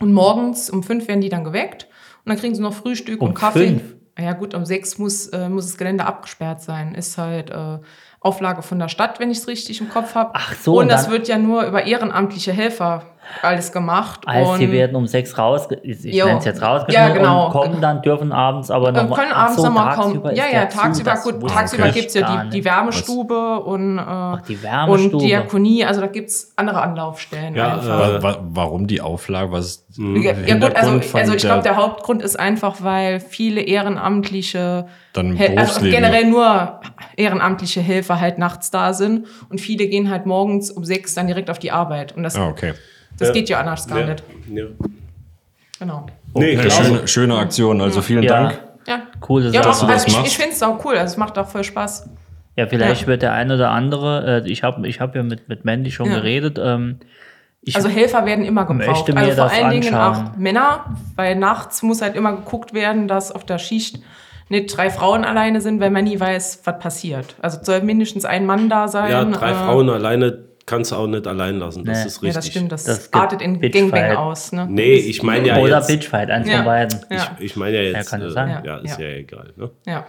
Speaker 5: Und morgens um fünf werden die dann geweckt und dann kriegen sie noch Frühstück
Speaker 4: Um
Speaker 5: und Kaffee.
Speaker 4: fünf?
Speaker 5: Ja gut, um sechs muss, äh, muss das Gelände abgesperrt sein. Ist halt äh, Auflage von der Stadt, wenn ich es richtig im Kopf habe.
Speaker 4: Ach so,
Speaker 5: Und
Speaker 4: und
Speaker 5: das
Speaker 4: dann-
Speaker 5: wird ja nur über ehrenamtliche Helfer alles gemacht.
Speaker 4: Also
Speaker 5: und
Speaker 4: die werden um sechs raus, ich
Speaker 5: Jo.
Speaker 4: nenne es jetzt
Speaker 5: Ja,
Speaker 4: rausgenommen
Speaker 5: genau.
Speaker 4: und kommen dann, dürfen abends aber
Speaker 5: äh,
Speaker 4: nochmal.
Speaker 5: können abends nochmal kommen. Ja, ja, tagsüber, gut, tagsüber gibt es ja die, die Wärmestube und, äh,
Speaker 4: die
Speaker 5: und
Speaker 4: Wärmestube.
Speaker 5: Diakonie, also da gibt es andere Anlaufstellen
Speaker 7: Ja,
Speaker 5: einfach.
Speaker 6: Wa
Speaker 7: äh,
Speaker 6: wa warum die Auflage? Was ist
Speaker 5: Ja, ja gut,
Speaker 6: Hintergrund
Speaker 5: also,
Speaker 6: von
Speaker 5: also ich glaube,
Speaker 6: der-
Speaker 5: der Hauptgrund ist einfach, weil viele ehrenamtliche,
Speaker 6: Dann im
Speaker 5: Hel- also
Speaker 6: Berufsleben.
Speaker 5: generell nur ehrenamtliche Helfer halt nachts da sind und viele gehen halt morgens um sechs dann direkt auf die Arbeit und das,
Speaker 6: Ah, okay.
Speaker 5: das geht ja anders gar
Speaker 7: Ja.
Speaker 5: nicht.
Speaker 7: Ja.
Speaker 5: Genau.
Speaker 7: Nee,
Speaker 6: Eine
Speaker 7: klar.
Speaker 6: schöne, schöne Aktion. Also vielen
Speaker 4: Ja.
Speaker 6: Dank.
Speaker 5: Ja.
Speaker 4: Coole
Speaker 5: Ja,
Speaker 4: Sache.
Speaker 5: also
Speaker 6: das
Speaker 5: ich,
Speaker 6: machst.
Speaker 5: ich finde es auch cool, also es macht auch voll Spaß.
Speaker 4: Ja, vielleicht
Speaker 5: Ja.
Speaker 4: wird der ein oder andere, äh, ich habe ich hab ja mit, mit Mandy schon
Speaker 5: Ja.
Speaker 4: geredet, ähm, ich,
Speaker 5: Also Helfer werden immer gebraucht.
Speaker 4: Möchte mir
Speaker 5: also vor
Speaker 4: das
Speaker 5: allen Dingen
Speaker 4: anschauen.
Speaker 5: auch Männer, weil nachts muss halt immer geguckt werden, dass auf der Schicht nicht drei Frauen alleine sind, weil man nie weiß, was passiert. Also soll mindestens ein Mann da sein.
Speaker 7: Ja, drei
Speaker 5: äh,
Speaker 7: Frauen alleine kannst du auch nicht allein lassen. Das
Speaker 4: Nee.
Speaker 7: ist
Speaker 5: Ja,
Speaker 7: richtig.
Speaker 5: das stimmt, das,
Speaker 4: Das gibt
Speaker 5: artet in
Speaker 4: Bitchfight.
Speaker 5: Gangbang aus. Ne?
Speaker 7: Nee, ich meine ja
Speaker 4: oder
Speaker 7: jetzt.
Speaker 4: Bitchfight, eins
Speaker 5: Ja.
Speaker 4: von beiden.
Speaker 5: Ja.
Speaker 7: Ich meine ja jetzt.
Speaker 4: kann
Speaker 7: äh,
Speaker 4: das sein.
Speaker 7: ja,
Speaker 5: Ja,
Speaker 7: ist ja,
Speaker 5: ja.
Speaker 7: egal. Ne?
Speaker 5: ja.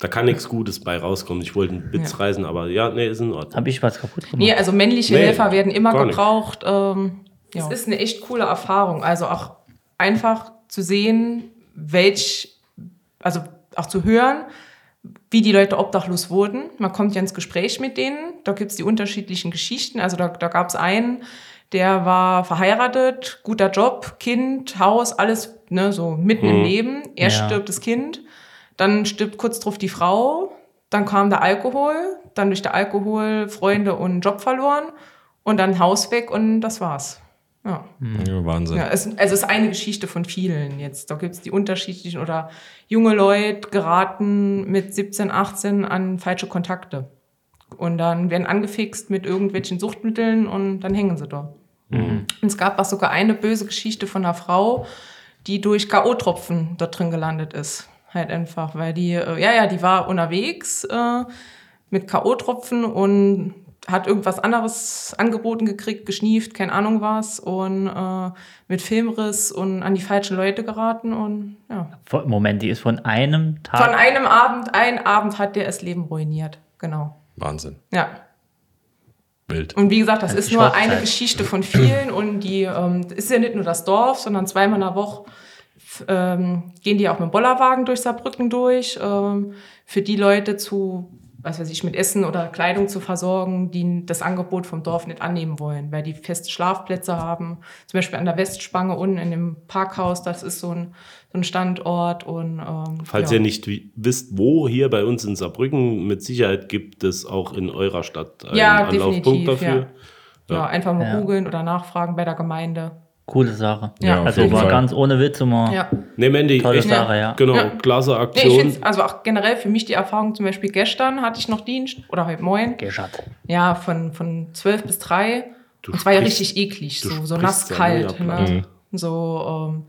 Speaker 7: Da kann nichts Gutes bei rauskommen. Ich wollte einen Witz
Speaker 5: Ja.
Speaker 7: reißen, aber ja, nee, ist in Ordnung.
Speaker 4: Habe ich was kaputt gemacht?
Speaker 5: Nee, also männliche
Speaker 7: Nee,
Speaker 5: Helfer werden immer
Speaker 7: gar nicht.
Speaker 5: gebraucht. Ähm, Es ist eine echt coole Erfahrung. Also auch einfach zu sehen, welch, also auch zu hören, wie die Leute obdachlos wurden. Man kommt ja ins Gespräch mit denen. Da gibt es die unterschiedlichen Geschichten. Also da, da gab es einen, der war verheiratet, guter Job, Kind, Haus, alles ne, so mitten im Leben.
Speaker 4: Ja.
Speaker 5: Er stirbt das Kind, dann stirbt kurz drauf die Frau, dann kam der Alkohol, dann durch der Alkohol Freunde und Job verloren und dann Haus weg und das war's. Ja.
Speaker 6: Ja, Wahnsinn.
Speaker 5: Ja, es, also es ist eine Geschichte von vielen jetzt. Da gibt es die unterschiedlichen oder junge Leute geraten mit 17, 18 an falsche Kontakte. Und dann werden angefixt mit irgendwelchen Suchtmitteln und dann hängen sie da. Und es gab auch sogar eine böse Geschichte von einer Frau, die durch K.O.-Tropfen da drin gelandet ist. Halt einfach, weil die, äh, ja, ja, die war unterwegs äh, mit K.O.-Tropfen und hat irgendwas anderes angeboten gekriegt, geschnieft, keine Ahnung was und äh, mit Filmriss und an die falschen Leute geraten und ja.
Speaker 4: Von- Moment, die ist von einem Tag.
Speaker 5: Von einem Abend, ein Abend hat der das Leben ruiniert. Genau.
Speaker 6: Wahnsinn.
Speaker 5: Ja.
Speaker 6: Wild.
Speaker 5: Und wie gesagt, das
Speaker 4: Also
Speaker 5: ist
Speaker 4: die
Speaker 5: nur
Speaker 4: Hochzeit.
Speaker 5: eine Geschichte von vielen und die ähm, das ist ja nicht nur das Dorf, sondern zweimal in der Woche f- ähm, gehen die auch mit dem Bollerwagen durch Saarbrücken durch, ähm, für die Leute zu, was weiß ich, mit Essen oder Kleidung zu versorgen, die das Angebot vom Dorf nicht annehmen wollen, weil die feste Schlafplätze haben, zum Beispiel an der Westspange unten in dem Parkhaus, das ist so ein, so ein Standort und ähm,
Speaker 7: Falls
Speaker 5: ja.
Speaker 7: ihr nicht wi- wisst, wo hier bei uns in Saarbrücken, mit Sicherheit gibt es auch in eurer Stadt einen
Speaker 5: Ja,
Speaker 7: Anlaufpunkt
Speaker 5: definitiv,
Speaker 7: dafür.
Speaker 5: ja. ja, einfach mal
Speaker 4: Ja.
Speaker 5: googeln oder nachfragen bei der Gemeinde.
Speaker 4: Coole Sache.
Speaker 5: Ja, auf
Speaker 4: also
Speaker 6: jeden
Speaker 4: war
Speaker 6: Fall.
Speaker 4: ganz ohne Witze mal.
Speaker 5: Ja.
Speaker 7: Nee, Mandy,
Speaker 4: Tolle
Speaker 7: echt,
Speaker 4: Sache, ja.
Speaker 7: Genau,
Speaker 5: Ja.
Speaker 7: klasse
Speaker 5: Nee, ich
Speaker 7: Aktion.
Speaker 5: find's, also auch generell für mich die Erfahrung, zum Beispiel gestern hatte ich noch Dienst oder heute Morgen,
Speaker 4: Geschafft.
Speaker 5: ja, von, von 12 bis 3.
Speaker 7: Du
Speaker 5: und es war ja
Speaker 7: sprichst-
Speaker 5: richtig eklig,
Speaker 7: du
Speaker 5: so, so
Speaker 7: sprichst
Speaker 5: nass
Speaker 7: ja
Speaker 5: kalt.
Speaker 7: mega platt.
Speaker 5: Ne? So, ähm,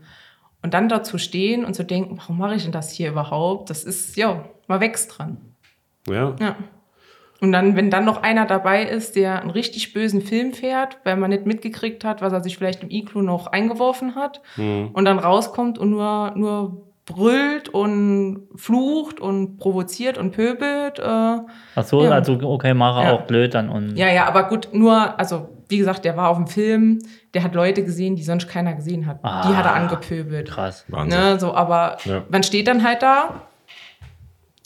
Speaker 5: und dann dazu stehen und zu denken, warum mache ich denn das hier überhaupt? Das ist, ja, man wächst dran.
Speaker 7: ja.
Speaker 5: Ja. Und dann, wenn dann noch einer dabei ist, der einen richtig bösen Film fährt, weil man nicht mitgekriegt hat, was er sich vielleicht im Iglu noch eingeworfen hat
Speaker 4: Hm.
Speaker 5: und dann rauskommt und nur, nur brüllt und flucht und provoziert und pöbelt. Äh, ja,
Speaker 4: Ach so,
Speaker 5: Ja.
Speaker 4: also okay, mache
Speaker 5: Ja.
Speaker 4: auch blöd dann und
Speaker 5: ja, aber gut, nur, also wie gesagt, der war auf dem Film, der hat Leute gesehen, die sonst keiner gesehen hat. die hat er
Speaker 4: Ah.
Speaker 5: angepöbelt.
Speaker 4: krass.
Speaker 6: Wahnsinn.
Speaker 5: Ne, so, aber
Speaker 6: Ja.
Speaker 5: man steht dann halt da,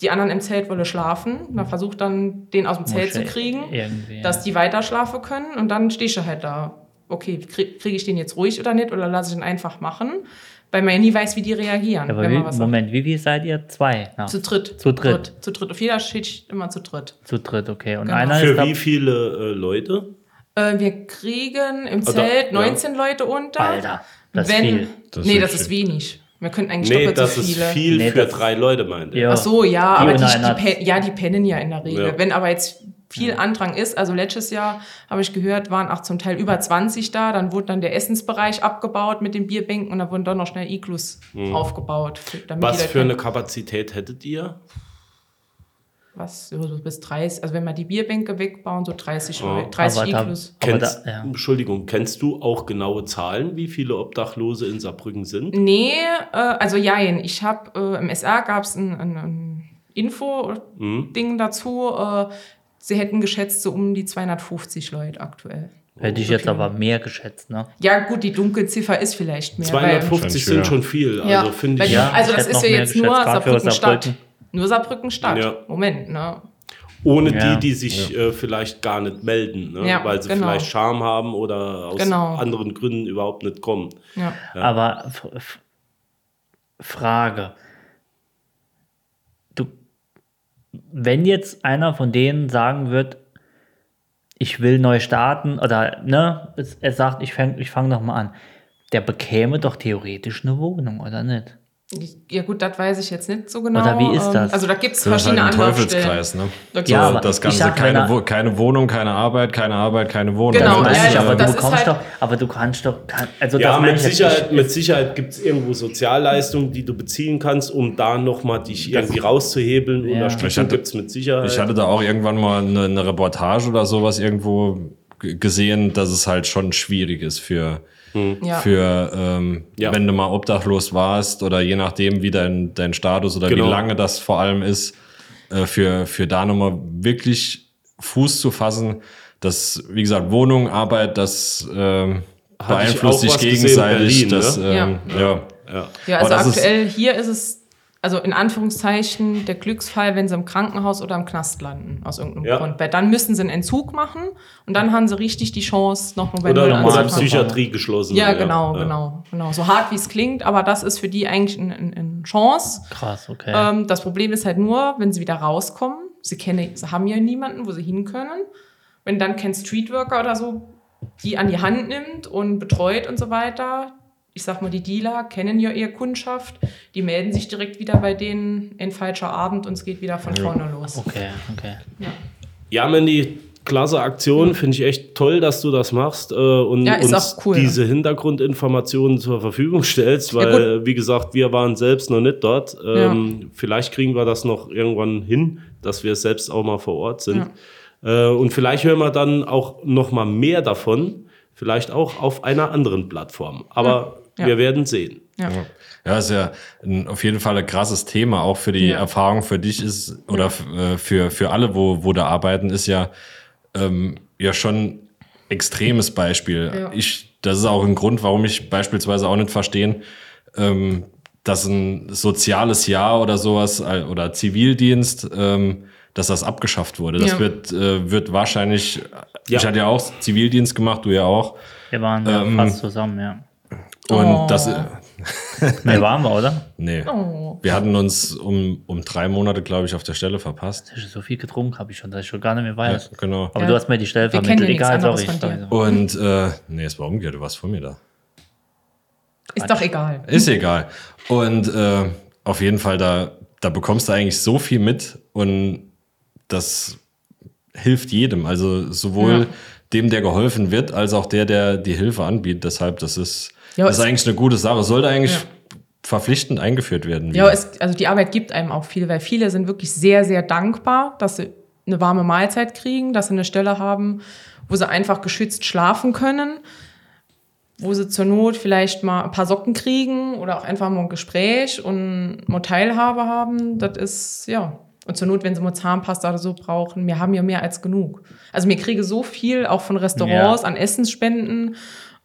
Speaker 5: die anderen im Zelt wollen schlafen, man versucht dann, den aus dem Zelt zu
Speaker 4: Muss ja
Speaker 5: kriegen.
Speaker 4: Irgendwie.
Speaker 5: dass die weiter schlafen können und dann stehst du halt da. Okay, kriege krieg ich den jetzt ruhig oder nicht oder lasse ich ihn einfach machen? weil man ja nie weiß, wie die reagieren.
Speaker 4: Aber
Speaker 5: wenn
Speaker 4: wie,
Speaker 5: man was
Speaker 4: Moment, wie viel seid ihr? Zwei. Ja.
Speaker 5: sagt. zu dritt.
Speaker 4: Zu dritt.
Speaker 5: Zu dritt. Auf jeder Schicht immer zu dritt.
Speaker 4: Zu dritt, okay. Und
Speaker 5: Genau.
Speaker 4: einer
Speaker 7: Für
Speaker 4: ist da
Speaker 7: wie viele äh, Leute?
Speaker 5: Äh, wir kriegen im
Speaker 7: Oder-
Speaker 5: Zelt
Speaker 7: ja.
Speaker 5: 19 Leute unter.
Speaker 4: Alter, das ist
Speaker 5: wenn,
Speaker 4: viel.
Speaker 6: Das
Speaker 5: nee,
Speaker 6: ist
Speaker 5: das
Speaker 6: viel.
Speaker 5: ist wenig. Wir könnten eigentlich
Speaker 7: Nee,
Speaker 5: doppelt
Speaker 7: das
Speaker 5: so
Speaker 7: ist
Speaker 5: viele.
Speaker 7: viel
Speaker 4: Nee,
Speaker 7: für
Speaker 4: das-
Speaker 7: drei Leute, meinte er.
Speaker 4: Ja.
Speaker 5: Ach so, ja, aber die,
Speaker 4: untereinander-
Speaker 5: die, pen- ja, die pennen ja in der Regel.
Speaker 7: Ja.
Speaker 5: Wenn aber jetzt viel Andrang ist, also letztes Jahr habe ich gehört, waren auch zum Teil über 20 da, dann wurde dann der Essensbereich abgebaut mit den Bierbänken und da wurden dann noch schnell Iglus aufgebaut. für- Damit die
Speaker 7: Mhm. Was
Speaker 5: Leute
Speaker 7: für eine
Speaker 5: dann-
Speaker 7: Kapazität hättet ihr?
Speaker 5: Was, so so bis 30, also wenn wir die Bierbänke wegbauen, so 30,
Speaker 7: Ja.
Speaker 5: Leute, 30
Speaker 4: Aber da-
Speaker 5: Iglus.
Speaker 4: Aber da-
Speaker 7: Kennst,
Speaker 4: ja.
Speaker 7: Entschuldigung, kennst du auch genaue Zahlen, wie viele Obdachlose in Saarbrücken sind?
Speaker 5: Nee, äh, also jein. Ich habe äh, im SA gab es ein, ein, ein Info-Ding
Speaker 7: Mhm.
Speaker 5: dazu. Äh, sie hätten geschätzt so um die 250 Leute aktuell.
Speaker 4: Hätte ich jetzt aber mehr geschätzt, ne?
Speaker 5: Ja, gut, die Dunkelziffer ist vielleicht mehr. weil-
Speaker 7: 250 sind
Speaker 6: Schon
Speaker 7: schon viel,
Speaker 5: ja,
Speaker 7: also finde
Speaker 5: weil
Speaker 7: ich.
Speaker 5: die-
Speaker 4: Ja,
Speaker 5: also
Speaker 4: ich
Speaker 5: das
Speaker 4: hätte
Speaker 5: ist
Speaker 4: noch
Speaker 5: ja
Speaker 4: mehr
Speaker 5: jetzt
Speaker 4: geschätzt,
Speaker 5: nur
Speaker 4: gerade für
Speaker 5: Saarbrücken-Stadt.
Speaker 4: Saarbrücken.
Speaker 5: Nur Saarbrücken-Stadt.
Speaker 7: Ja.
Speaker 5: Moment, ne?
Speaker 7: Ohne
Speaker 4: Ja.
Speaker 7: die, die sich äh, vielleicht gar nicht melden, ne?
Speaker 5: Ja,
Speaker 7: weil sie
Speaker 5: genau.
Speaker 7: vielleicht Scham haben oder aus
Speaker 5: Genau.
Speaker 7: anderen Gründen überhaupt nicht kommen.
Speaker 5: Ja.
Speaker 4: Aber F F Frage. Du, wenn jetzt einer von denen sagen wird, ich will neu starten oder ne, es, er sagt, ich fange ich fang nochmal an, der bekäme doch theoretisch eine Wohnung, oder nicht?
Speaker 5: ja, gut, das weiß ich jetzt nicht so genau.
Speaker 4: Oder wie ist das?
Speaker 5: Also, da gibt es
Speaker 6: Das ist halt
Speaker 5: verschiedene
Speaker 6: ein
Speaker 5: Anlaufstellen.
Speaker 6: Teufelskreis, ne?
Speaker 5: Da gibt's-
Speaker 6: So,
Speaker 4: Ja, aber
Speaker 6: das
Speaker 4: ich
Speaker 6: Ganze,
Speaker 4: sag, wenn
Speaker 6: keine,
Speaker 4: er-
Speaker 6: Wo keine Wohnung, keine Arbeit, keine Arbeit, keine Wohnung. Das äh,
Speaker 5: Genau,
Speaker 4: Das
Speaker 5: ja,
Speaker 6: ist
Speaker 4: weiß ich,
Speaker 5: ja,
Speaker 4: aber,
Speaker 5: das
Speaker 4: du
Speaker 5: ist
Speaker 4: kommst
Speaker 5: halt-
Speaker 4: doch, aber du kannst doch, kann- also
Speaker 7: Ja,
Speaker 4: das meine
Speaker 7: mit
Speaker 4: ich jetzt
Speaker 7: Sicherheit,
Speaker 4: nicht.
Speaker 7: mit Sicherheit gibt es irgendwo Sozialleistungen, die du beziehen kannst, um da nochmal dich irgendwie rauszuhebeln.
Speaker 6: Ich
Speaker 7: Unterstützung
Speaker 6: hatte-
Speaker 7: gibt es mit Sicherheit.
Speaker 6: Ich hatte da auch irgendwann mal eine, eine Reportage oder sowas irgendwo g- gesehen, dass es halt schon schwierig ist für,
Speaker 5: Ja.
Speaker 6: für ähm,
Speaker 7: Ja.
Speaker 6: wenn du mal obdachlos warst oder je nachdem, wie dein, dein Status oder
Speaker 7: Genau.
Speaker 6: wie lange das vor allem ist, äh, für, für da nochmal wirklich Fuß zu fassen, dass, wie gesagt, Wohnung, Arbeit, das ähm,
Speaker 7: Hatte ich auch
Speaker 6: beeinflusst sich
Speaker 7: was gesehen in
Speaker 6: gegenseitig.
Speaker 7: Berlin,
Speaker 6: das,
Speaker 7: ne?
Speaker 6: ähm, ja.
Speaker 7: ja.
Speaker 5: Ja,
Speaker 6: Aber
Speaker 5: also
Speaker 6: das ist-
Speaker 5: aktuell hier ist es, also in Anführungszeichen, der Glücksfall, wenn sie im Krankenhaus oder im Knast landen, aus irgendeinem
Speaker 7: Ja.
Speaker 5: Grund. Weil dann müssen sie einen Entzug machen und dann haben sie richtig die Chance, nochmal bei Null
Speaker 7: Oder, oder
Speaker 5: anzufangen.
Speaker 7: Psychiatrie geschlossen.
Speaker 5: Ja, genau,
Speaker 7: Ja.
Speaker 5: genau, genau. So hart wie es klingt, aber das ist für die eigentlich eine ein, ein Chance.
Speaker 4: Krass, okay.
Speaker 5: Ähm, das Problem ist halt nur, wenn sie wieder rauskommen, sie, kennen, sie haben ja niemanden, wo sie hin können. Wenn dann kein Streetworker oder so die an die Hand nimmt und betreut und so weiter, ich sag mal, die Dealer kennen ja ihre Kundschaft, die melden sich direkt wieder bei denen, ein falscher Abend und es geht wieder von vorne los.
Speaker 4: okay, okay.
Speaker 7: Ja, Mandy, klasse Aktion. Finde ich echt toll, dass du das machst äh, und
Speaker 5: Ja, ist
Speaker 7: uns
Speaker 5: auch cool. ne?
Speaker 7: diese Hintergrundinformationen zur Verfügung stellst, weil,
Speaker 5: Ja,
Speaker 7: wie gesagt, wir waren selbst noch nicht dort. Ähm, Vielleicht kriegen wir das noch irgendwann hin, dass wir selbst auch mal vor Ort sind. Äh, und vielleicht hören wir dann auch noch mal mehr davon, vielleicht auch auf einer anderen Plattform. Aber
Speaker 5: Ja.
Speaker 7: wir werden sehen.
Speaker 5: Ja.
Speaker 6: Ja, ist ja ein, auf jeden Fall ein krasses Thema, auch für die
Speaker 5: Ja.
Speaker 6: Erfahrung für dich ist, oder f- äh, für, für alle, wo, wo da arbeiten, ist ja, ähm, ja schon extremes Beispiel.
Speaker 5: Ja.
Speaker 6: Ich, das ist auch ein Grund, warum ich beispielsweise auch nicht verstehen, ähm, dass ein soziales Jahr oder sowas äh, oder Zivildienst, ähm, dass das abgeschafft wurde. Das
Speaker 5: Ja.
Speaker 6: wird, äh, wird wahrscheinlich,
Speaker 7: Ja.
Speaker 6: ich hatte ja auch Zivildienst gemacht, du ja auch.
Speaker 4: Wir waren ja
Speaker 6: ähm,
Speaker 4: fast zusammen, ja.
Speaker 6: Und
Speaker 5: Oh.
Speaker 6: das, äh,
Speaker 4: Nee, waren wir, oder?
Speaker 6: nee.
Speaker 5: Oh.
Speaker 6: Wir hatten uns um, um drei Monate, glaube ich, auf der Stelle verpasst.
Speaker 4: Ich hab so viel getrunken habe ich schon, dass ich schon gar nicht mehr weiß.
Speaker 6: Genau.
Speaker 4: Aber
Speaker 5: Ja.
Speaker 4: du hast mir die Stelle
Speaker 5: Wir kennen
Speaker 4: vermittelt.
Speaker 5: ja nichts
Speaker 4: Egal, sorry.
Speaker 5: anderes von dir.
Speaker 4: sorry.
Speaker 6: Und äh, nee, es war umgekehrt, du warst vor mir da.
Speaker 5: Ist doch egal.
Speaker 6: Ist egal. Und äh, auf jeden Fall, da, da bekommst du eigentlich so viel mit und das hilft jedem. Also sowohl
Speaker 5: Ja.
Speaker 6: dem, der geholfen wird, als auch der, der die Hilfe anbietet. Deshalb, das ist,
Speaker 5: Ja,
Speaker 6: das ist
Speaker 5: es-
Speaker 6: eigentlich eine gute Sache. Sollte eigentlich
Speaker 5: Ja.
Speaker 6: verpflichtend eingeführt werden.
Speaker 5: Ja,
Speaker 6: wieder.
Speaker 5: es, also die Arbeit gibt einem auch viel, weil viele sind wirklich sehr, sehr dankbar, dass sie eine warme Mahlzeit kriegen, dass sie eine Stelle haben, wo sie einfach geschützt schlafen können, wo sie zur Not vielleicht mal ein paar Socken kriegen oder auch einfach mal ein Gespräch und mal Teilhabe haben. Das ist, ja. Und zur Not, wenn sie mal Zahnpasta oder so brauchen, wir haben ja mehr als genug. Also wir kriegen so viel auch von Restaurants an Essensspenden,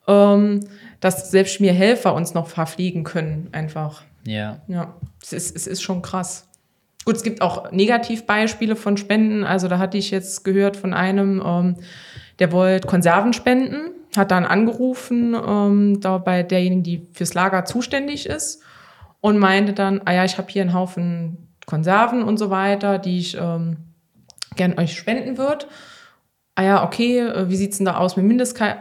Speaker 5: ähm, dass selbst mir Helfer uns noch verpflegen können, einfach.
Speaker 4: Ja.
Speaker 5: Ja, es ist, es ist schon krass. Gut, es gibt auch Negativbeispiele von Spenden. Also da hatte ich jetzt gehört von einem, ähm, der wollte Konserven spenden hat dann angerufen, ähm, da bei derjenigen, die fürs Lager zuständig ist und meinte dann, ah ja, ich habe hier einen Haufen Konserven und so weiter, die ich ähm, gern euch spenden würde. Ah ja, okay, äh, wie sieht's denn da aus mit Mindestkei-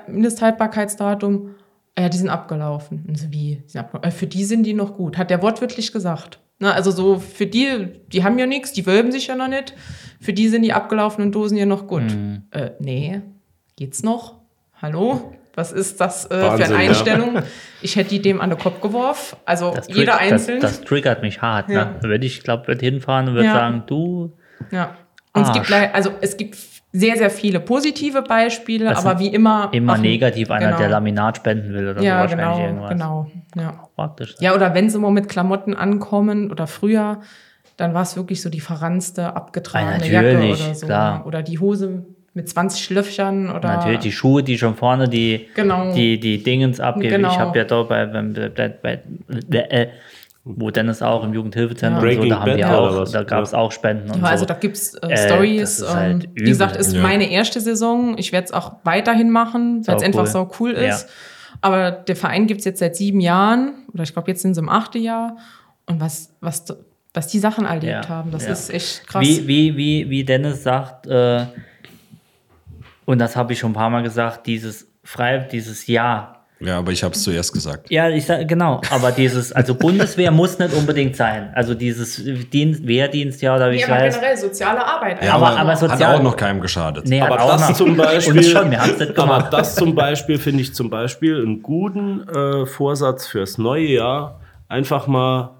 Speaker 5: Mindesthaltbarkeitsdatum? Ah ja, die sind abgelaufen. Und so, wie? Die sind abgelaufen? Äh, für die sind die noch gut, hat der wortwörtlich gesagt. Na, also so für die, die haben ja nichts, die wölben sich ja noch nicht. Für die sind die abgelaufenen Dosen ja noch gut.
Speaker 7: Mhm.
Speaker 5: Äh, nee, geht's noch? Hallo? Was ist das äh, für
Speaker 7: Wahnsinn,
Speaker 5: eine
Speaker 7: ja.
Speaker 5: Einstellung? Ich hätte die dem an den Kopf geworfen. Also
Speaker 4: Das
Speaker 5: jeder
Speaker 4: triggert-
Speaker 5: einzeln.
Speaker 4: Das, das triggert mich hart.
Speaker 5: Ja.
Speaker 4: Ne? Wenn ich glaube, wird hinfahren und wird
Speaker 5: Ja.
Speaker 4: sagen, du,
Speaker 5: Ja. Und es gibt
Speaker 4: Arsch.
Speaker 5: lei- also es gibt sehr, sehr viele positive Beispiele,
Speaker 4: Das
Speaker 5: aber
Speaker 4: sind
Speaker 5: wie immer.
Speaker 4: immer
Speaker 5: offen.
Speaker 4: negativ, einer,
Speaker 5: Genau.
Speaker 4: der Laminat spenden will oder
Speaker 5: Ja,
Speaker 4: so wahrscheinlich
Speaker 5: genau,
Speaker 4: irgendwas.
Speaker 5: genau. Ja.
Speaker 4: Praktisch.
Speaker 5: ja, oder wenn sie mal mit Klamotten ankommen oder früher, dann war es wirklich so die verranzte, abgetragene
Speaker 4: Ja, natürlich,
Speaker 5: Jacke oder so.
Speaker 4: klar.
Speaker 5: Oder die Hose mit 20 Löchern oder.
Speaker 4: Natürlich die Schuhe, die schon vorne die,
Speaker 5: Genau.
Speaker 4: die, die Dingens abgeben.
Speaker 5: Genau.
Speaker 4: Ich habe ja da bei, beim- bei, bei, bei äh, wo Dennis auch im Jugendhilfezentrum
Speaker 7: Ja.
Speaker 4: und so, da haben
Speaker 7: Breaking
Speaker 4: wir
Speaker 7: Bad
Speaker 4: auch,
Speaker 7: oder was?
Speaker 4: da gab es
Speaker 7: Ja.
Speaker 4: auch Spenden und
Speaker 5: Ja, also
Speaker 4: so.
Speaker 5: da gibt's äh,
Speaker 4: Äh, das
Speaker 5: Stories.
Speaker 4: ist halt
Speaker 5: ähm,
Speaker 4: übel.
Speaker 5: wie gesagt, ist
Speaker 6: Ja.
Speaker 5: meine erste Saison. Ich werde es auch weiterhin machen, weil es
Speaker 4: Sau
Speaker 5: einfach
Speaker 4: cool.
Speaker 5: so cool ist. Aber der Verein gibt's jetzt seit sieben Jahren oder ich glaube, jetzt sind sie im achten Jahr. Und was, was, was die Sachen erlebt
Speaker 4: Ja,
Speaker 5: haben, das
Speaker 4: ja.
Speaker 5: ist echt krass.
Speaker 4: Wie, wie, wie, wie Dennis sagt, äh, und das habe ich schon ein paar Mal gesagt, dieses frei, dieses Ja.
Speaker 6: Ja, aber ich habe es zuerst gesagt.
Speaker 4: Ja, ich sag, genau, aber dieses, also Bundeswehr muss nicht unbedingt sein. Also dieses Dienst, Wehrdienst, ja, oder wie es heißt.
Speaker 5: soziale Arbeit.
Speaker 6: Ja,
Speaker 4: Aber- aber
Speaker 6: hat
Speaker 4: sozial-
Speaker 6: auch noch keinem geschadet.
Speaker 4: Nee,
Speaker 7: Aber
Speaker 4: hat auch
Speaker 7: das
Speaker 4: noch-
Speaker 7: zum Beispiel,
Speaker 4: Uns schon, wir haben's nicht
Speaker 7: aber
Speaker 4: gemacht.
Speaker 7: das zum Beispiel finde ich zum Beispiel einen guten äh, Vorsatz fürs neue Jahr. Einfach mal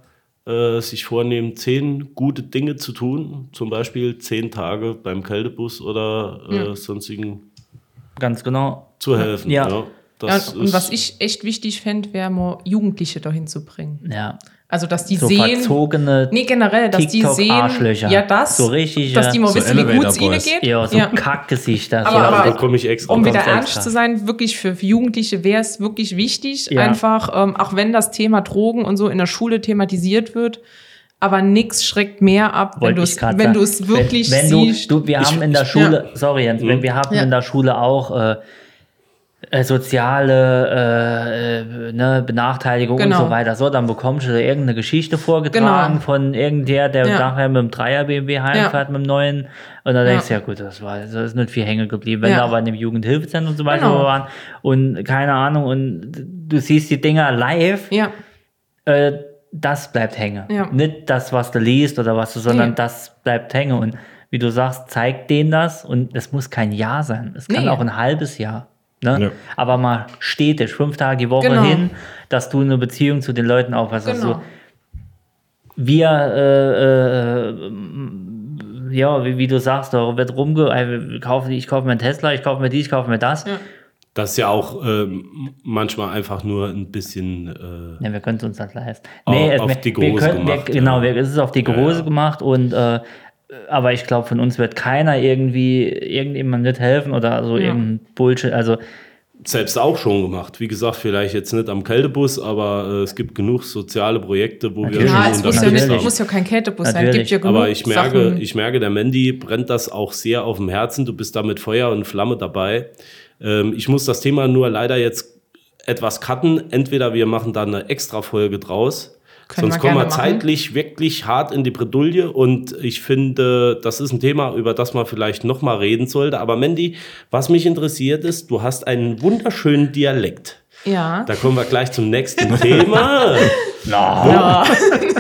Speaker 7: äh, sich vornehmen, zehn gute Dinge zu tun. Zum Beispiel zehn Tage beim Kältebus oder äh,
Speaker 5: Hm.
Speaker 7: sonstigen
Speaker 4: Ganz genau.
Speaker 7: zu helfen. ne?
Speaker 4: Ja.
Speaker 7: das
Speaker 5: und, und
Speaker 7: ist-
Speaker 5: was ich echt wichtig fände, wäre mal Jugendliche dahin zu bringen.
Speaker 4: Ja.
Speaker 5: Also, dass die
Speaker 4: So
Speaker 5: sehen.
Speaker 4: verzogene
Speaker 5: Nee, generell, dass die
Speaker 4: TikTok-Arschlöcher.
Speaker 5: sehen, ja, das,
Speaker 4: So richtige-
Speaker 5: dass die mal
Speaker 6: So
Speaker 5: wissen, wie gut es ihnen
Speaker 6: Elevator-Boys.
Speaker 5: geht.
Speaker 4: Ja, so Kackgesichter.
Speaker 5: Aber-
Speaker 4: so,
Speaker 7: Ja,
Speaker 5: aber-
Speaker 7: da komme ich extra.
Speaker 5: um
Speaker 7: drauf.
Speaker 5: wieder
Speaker 4: Ganz
Speaker 5: ernst
Speaker 4: extra.
Speaker 5: zu sein, wirklich für für Jugendliche wäre es wirklich wichtig,
Speaker 4: Ja.
Speaker 5: einfach, ähm, auch wenn das Thema Drogen und so in der Schule thematisiert wird, aber nichts schreckt mehr ab, wenn
Speaker 4: wollte
Speaker 5: du
Speaker 4: ich
Speaker 5: es
Speaker 4: gerade
Speaker 5: wenn
Speaker 4: sagen.
Speaker 5: du es wirklich
Speaker 4: wenn, wenn
Speaker 5: siehst.
Speaker 4: Du, du, wir haben in der Schule, sorry Jens, wenn wir haben
Speaker 5: Mhm. Ja.
Speaker 4: in der Schule auch äh, äh, soziale äh, äh, ne, Benachteiligung
Speaker 5: Genau.
Speaker 4: und so weiter. So, dann bekommst du da irgendeine Geschichte vorgetragen
Speaker 5: Genau.
Speaker 4: von irgendwer, der
Speaker 5: Ja.
Speaker 4: nachher mit dem Dreier BMW heimfährt, mit dem neuen. Und dann denkst du, ja gut, das war, das ist nicht viel hängen geblieben. Wenn
Speaker 5: Ja.
Speaker 4: da aber in dem Jugendhilfezentrum zum Beispiel
Speaker 5: Genau.
Speaker 4: waren und keine Ahnung, und du siehst die Dinger live,
Speaker 5: ja,
Speaker 4: äh, das bleibt hängen.
Speaker 5: Ja.
Speaker 4: Nicht das, was du liest oder was du, sondern
Speaker 5: Nee.
Speaker 4: das bleibt hängen. Und wie du sagst, zeigt denen das und es muss kein Jahr sein. Es kann
Speaker 5: Nee.
Speaker 4: auch ein halbes Jahr. Ne?
Speaker 6: Ja.
Speaker 4: Aber mal stetig, fünf Tage die Woche
Speaker 5: Genau.
Speaker 4: hin, dass du eine Beziehung zu den Leuten aufweist.
Speaker 5: genau.
Speaker 4: Also, wir, äh, äh, m- ja, wie, wie du sagst, da wird rumge, äh, wir kaufen- ich kaufe mir einen Tesla, ich kaufe mir dies, ich kaufe mir das.
Speaker 7: Das ist ja auch ähm, manchmal einfach nur ein bisschen. Äh,
Speaker 4: Ja, wir können es uns nicht leisten.
Speaker 7: Au-
Speaker 4: es-
Speaker 7: auf
Speaker 4: wir-
Speaker 7: die
Speaker 4: wir
Speaker 7: Große
Speaker 4: können, wir,
Speaker 7: gemacht,
Speaker 4: Genau,
Speaker 7: ja.
Speaker 4: wir, es ist auf die
Speaker 7: Ja,
Speaker 4: Große
Speaker 7: ja.
Speaker 4: gemacht und äh, aber ich glaube, von uns wird keiner irgendwie irgendjemandem nicht helfen oder so irgendein Bullshit. Also
Speaker 7: selbst auch schon gemacht. Wie gesagt, vielleicht jetzt nicht am Kältebus, aber äh, es gibt genug soziale Projekte, wo wir
Speaker 4: Natürlich.
Speaker 7: schon
Speaker 5: Ja, es muss ja,
Speaker 7: unterstützt
Speaker 5: nicht,
Speaker 4: Natürlich.
Speaker 7: haben.
Speaker 5: muss ja kein Kältebus sein,
Speaker 4: Natürlich.
Speaker 5: gibt ja genug
Speaker 7: Aber ich merke,
Speaker 5: Sachen.
Speaker 7: ich merke, der Mandy brennt das auch sehr auf dem Herzen. Du bist da mit Feuer und Flamme dabei. Ähm, ich muss das Thema nur leider jetzt etwas cutten. Entweder wir machen da eine extra Folge draus.
Speaker 5: Können
Speaker 7: Sonst
Speaker 5: wir
Speaker 7: kommen wir
Speaker 5: gerne machen.
Speaker 7: zeitlich wirklich hart in die Bredouille und ich finde, das ist ein Thema, über das man vielleicht nochmal reden sollte. Aber Mandy, was mich interessiert ist, du hast einen wunderschönen Dialekt.
Speaker 5: ja,
Speaker 7: Da kommen wir gleich zum nächsten Thema.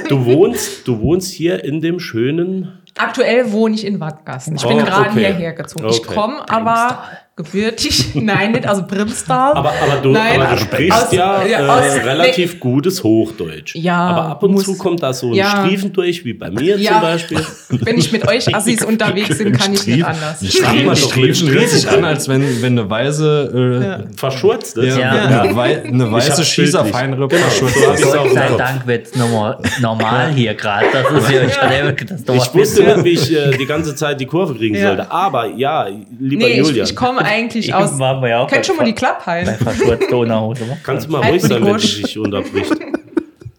Speaker 7: Du wohnst, du wohnst hier in dem schönen
Speaker 5: aktuell wohne ich in Wattgassen. Ich bin
Speaker 7: Oh,
Speaker 5: gerade
Speaker 7: okay.
Speaker 5: hierher gezogen. Ich
Speaker 7: Okay.
Speaker 5: komme aber gebürtig, nein, nicht aus Brimstal.
Speaker 7: Aber, aber, du,
Speaker 5: Nein.
Speaker 7: aber du sprichst
Speaker 5: Aus-
Speaker 7: ja,
Speaker 5: ja,
Speaker 7: äh,
Speaker 5: aus-
Speaker 7: relativ gutes Hochdeutsch.
Speaker 5: Ja,
Speaker 7: aber ab und
Speaker 5: muss-
Speaker 7: zu kommt da so ein
Speaker 5: ja.
Speaker 7: Striefen durch, wie bei mir
Speaker 5: Ja.
Speaker 7: zum Beispiel.
Speaker 5: Wenn ich mit euch Assis unterwegs bin, kann ich nicht anders.
Speaker 7: Sag mal
Speaker 6: Streben,
Speaker 7: doch,
Speaker 6: Streben
Speaker 7: Streben.
Speaker 6: hört sich an, als wenn, wenn eine weiße,
Speaker 7: Verschurzt
Speaker 6: äh,
Speaker 7: ist.
Speaker 6: ja.
Speaker 4: Ja.
Speaker 6: Eine, wei eine weiße
Speaker 7: hab's
Speaker 6: Schießer
Speaker 7: bildlich.
Speaker 6: feinere
Speaker 7: Genau, so hab
Speaker 6: Verschwörung.
Speaker 7: ich's auch
Speaker 4: Gott
Speaker 7: im
Speaker 4: sei
Speaker 7: Kopf.
Speaker 4: Dank wird es normal, normal hier gerade. Das ist ja, ich hatte wirklich das dauert
Speaker 7: Ich wusste nicht, wie ich äh, die ganze Zeit die Kurve kriegen sollte. Aber ja, lieber
Speaker 5: Nee, ich,
Speaker 7: Julian,
Speaker 5: ich komme eigentlich
Speaker 4: Eben
Speaker 5: aus.
Speaker 4: waren wir ja auch
Speaker 5: Könnt schon mal
Speaker 4: bei-
Speaker 5: die Klappe
Speaker 4: bei
Speaker 5: halten.
Speaker 4: verschurzte Unterhose. ne?
Speaker 7: kannst du mal
Speaker 5: Halt
Speaker 7: ruhig
Speaker 5: mir die
Speaker 7: sein, wenn
Speaker 5: Gursch.
Speaker 7: ich dich unterbricht.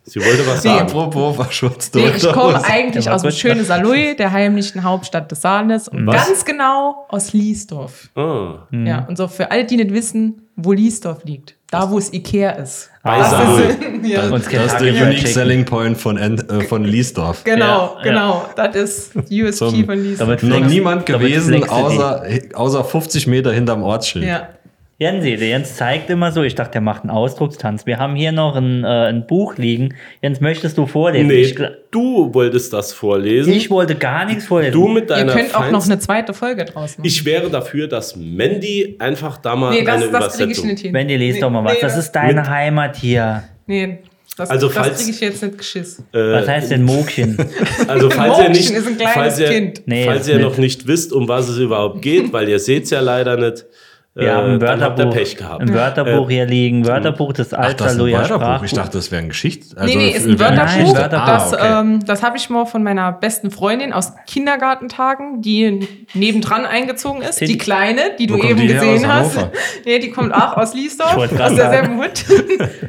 Speaker 7: Sie wollte was sagen.
Speaker 6: Apropos verschmutzte
Speaker 5: Nee, ich komme
Speaker 6: Unterhose.
Speaker 5: eigentlich
Speaker 4: Der war
Speaker 5: aus dem
Speaker 4: gut.
Speaker 5: schönen Saloy, der heimlichen Hauptstadt des Saarlandes und
Speaker 4: Was? Mhm.
Speaker 5: ganz genau aus Liesdorf.
Speaker 7: Ah,
Speaker 5: Ja, und so für alle, die nicht wissen, wo Liesdorf liegt, da wo es Ikea ist.
Speaker 7: bei
Speaker 4: Also,
Speaker 5: Das
Speaker 7: Saal.
Speaker 5: ist, ja,
Speaker 6: Das, das
Speaker 4: Und
Speaker 6: ist der
Speaker 4: Kentucky Fried
Speaker 6: Unique
Speaker 4: Chicken.
Speaker 6: Selling Point von, N- äh, von Liesdorf.
Speaker 5: genau,
Speaker 4: Ja,
Speaker 5: genau. Das ist die USP
Speaker 6: Zum-
Speaker 5: von Liesdorf.
Speaker 4: Damit
Speaker 6: Noch
Speaker 4: flexst-
Speaker 6: niemand
Speaker 4: damit
Speaker 6: gewesen,
Speaker 4: flexst du die.
Speaker 6: außer, außer 50 Meter hinterm Ortsschild.
Speaker 5: Ja.
Speaker 4: Jensi, der Jens zeigt immer so, ich dachte, der macht einen Ausdruckstanz. Wir haben hier noch ein, äh, ein Buch liegen. Jens, möchtest du vorlesen?
Speaker 7: Nee,
Speaker 4: Ich, gl-
Speaker 7: du wolltest das vorlesen.
Speaker 4: ich wollte gar nichts vorlesen.
Speaker 7: du mit
Speaker 5: Ihr
Speaker 7: deiner
Speaker 5: könnt auch noch ne-
Speaker 7: feinsten-
Speaker 5: eine zweite Folge draus machen.
Speaker 7: Ich wäre dafür, dass Mandy einfach da mal
Speaker 5: nee, das, das
Speaker 7: eine
Speaker 5: kriege ich
Speaker 7: Übersetzung.
Speaker 5: nicht hin.
Speaker 4: Wenn ihr lest
Speaker 5: nee,
Speaker 4: doch mal was.
Speaker 5: nee,
Speaker 4: das
Speaker 5: das-
Speaker 4: ist deine
Speaker 7: Mit-
Speaker 4: Heimat hier.
Speaker 5: Nee, das,
Speaker 7: Also
Speaker 5: das
Speaker 7: falls-
Speaker 5: kriege ich jetzt nicht geschissen.
Speaker 7: Äh,
Speaker 4: Was heißt denn Mokchen?
Speaker 7: Also falls ihr
Speaker 5: Motion
Speaker 7: nicht,
Speaker 5: ist ein kleines
Speaker 7: falls ihr,
Speaker 5: Kind.
Speaker 4: Nee,
Speaker 7: falls
Speaker 4: ist
Speaker 7: ihr
Speaker 4: mit.
Speaker 7: noch nicht wisst, um was es überhaupt geht, weil ihr seht es ja leider nicht, äh,
Speaker 4: Wir haben ein
Speaker 7: dann habt
Speaker 4: Wörterbuch,
Speaker 7: ihr Pech gehabt. Äh,
Speaker 4: ein Wörterbuch hier liegen. Wörterbuch des
Speaker 6: Ach, das ist ein
Speaker 4: Alter
Speaker 6: Wörterbuch.
Speaker 4: Sprachbuch.
Speaker 6: Ich dachte, das wäre ein Geschichts.
Speaker 4: Also
Speaker 5: Nee, nee, ist ein
Speaker 6: wäre eine
Speaker 5: Wörterbuch.
Speaker 6: Geschichte.
Speaker 4: Wörterbuch.
Speaker 5: Das,
Speaker 6: okay.
Speaker 5: ähm, das habe ich mal von meiner besten Freundin aus Kindergartentagen, die nebendran eingezogen ist.
Speaker 4: Tilly.
Speaker 5: Die Kleine, die du
Speaker 6: Wo kommt
Speaker 5: eben
Speaker 6: die her?
Speaker 5: gesehen
Speaker 6: Aus
Speaker 5: hast.
Speaker 6: Hannover?
Speaker 5: Nee, die kommt auch aus Liesdorf,
Speaker 4: Ich wollte gerade
Speaker 5: aus derselben Hut.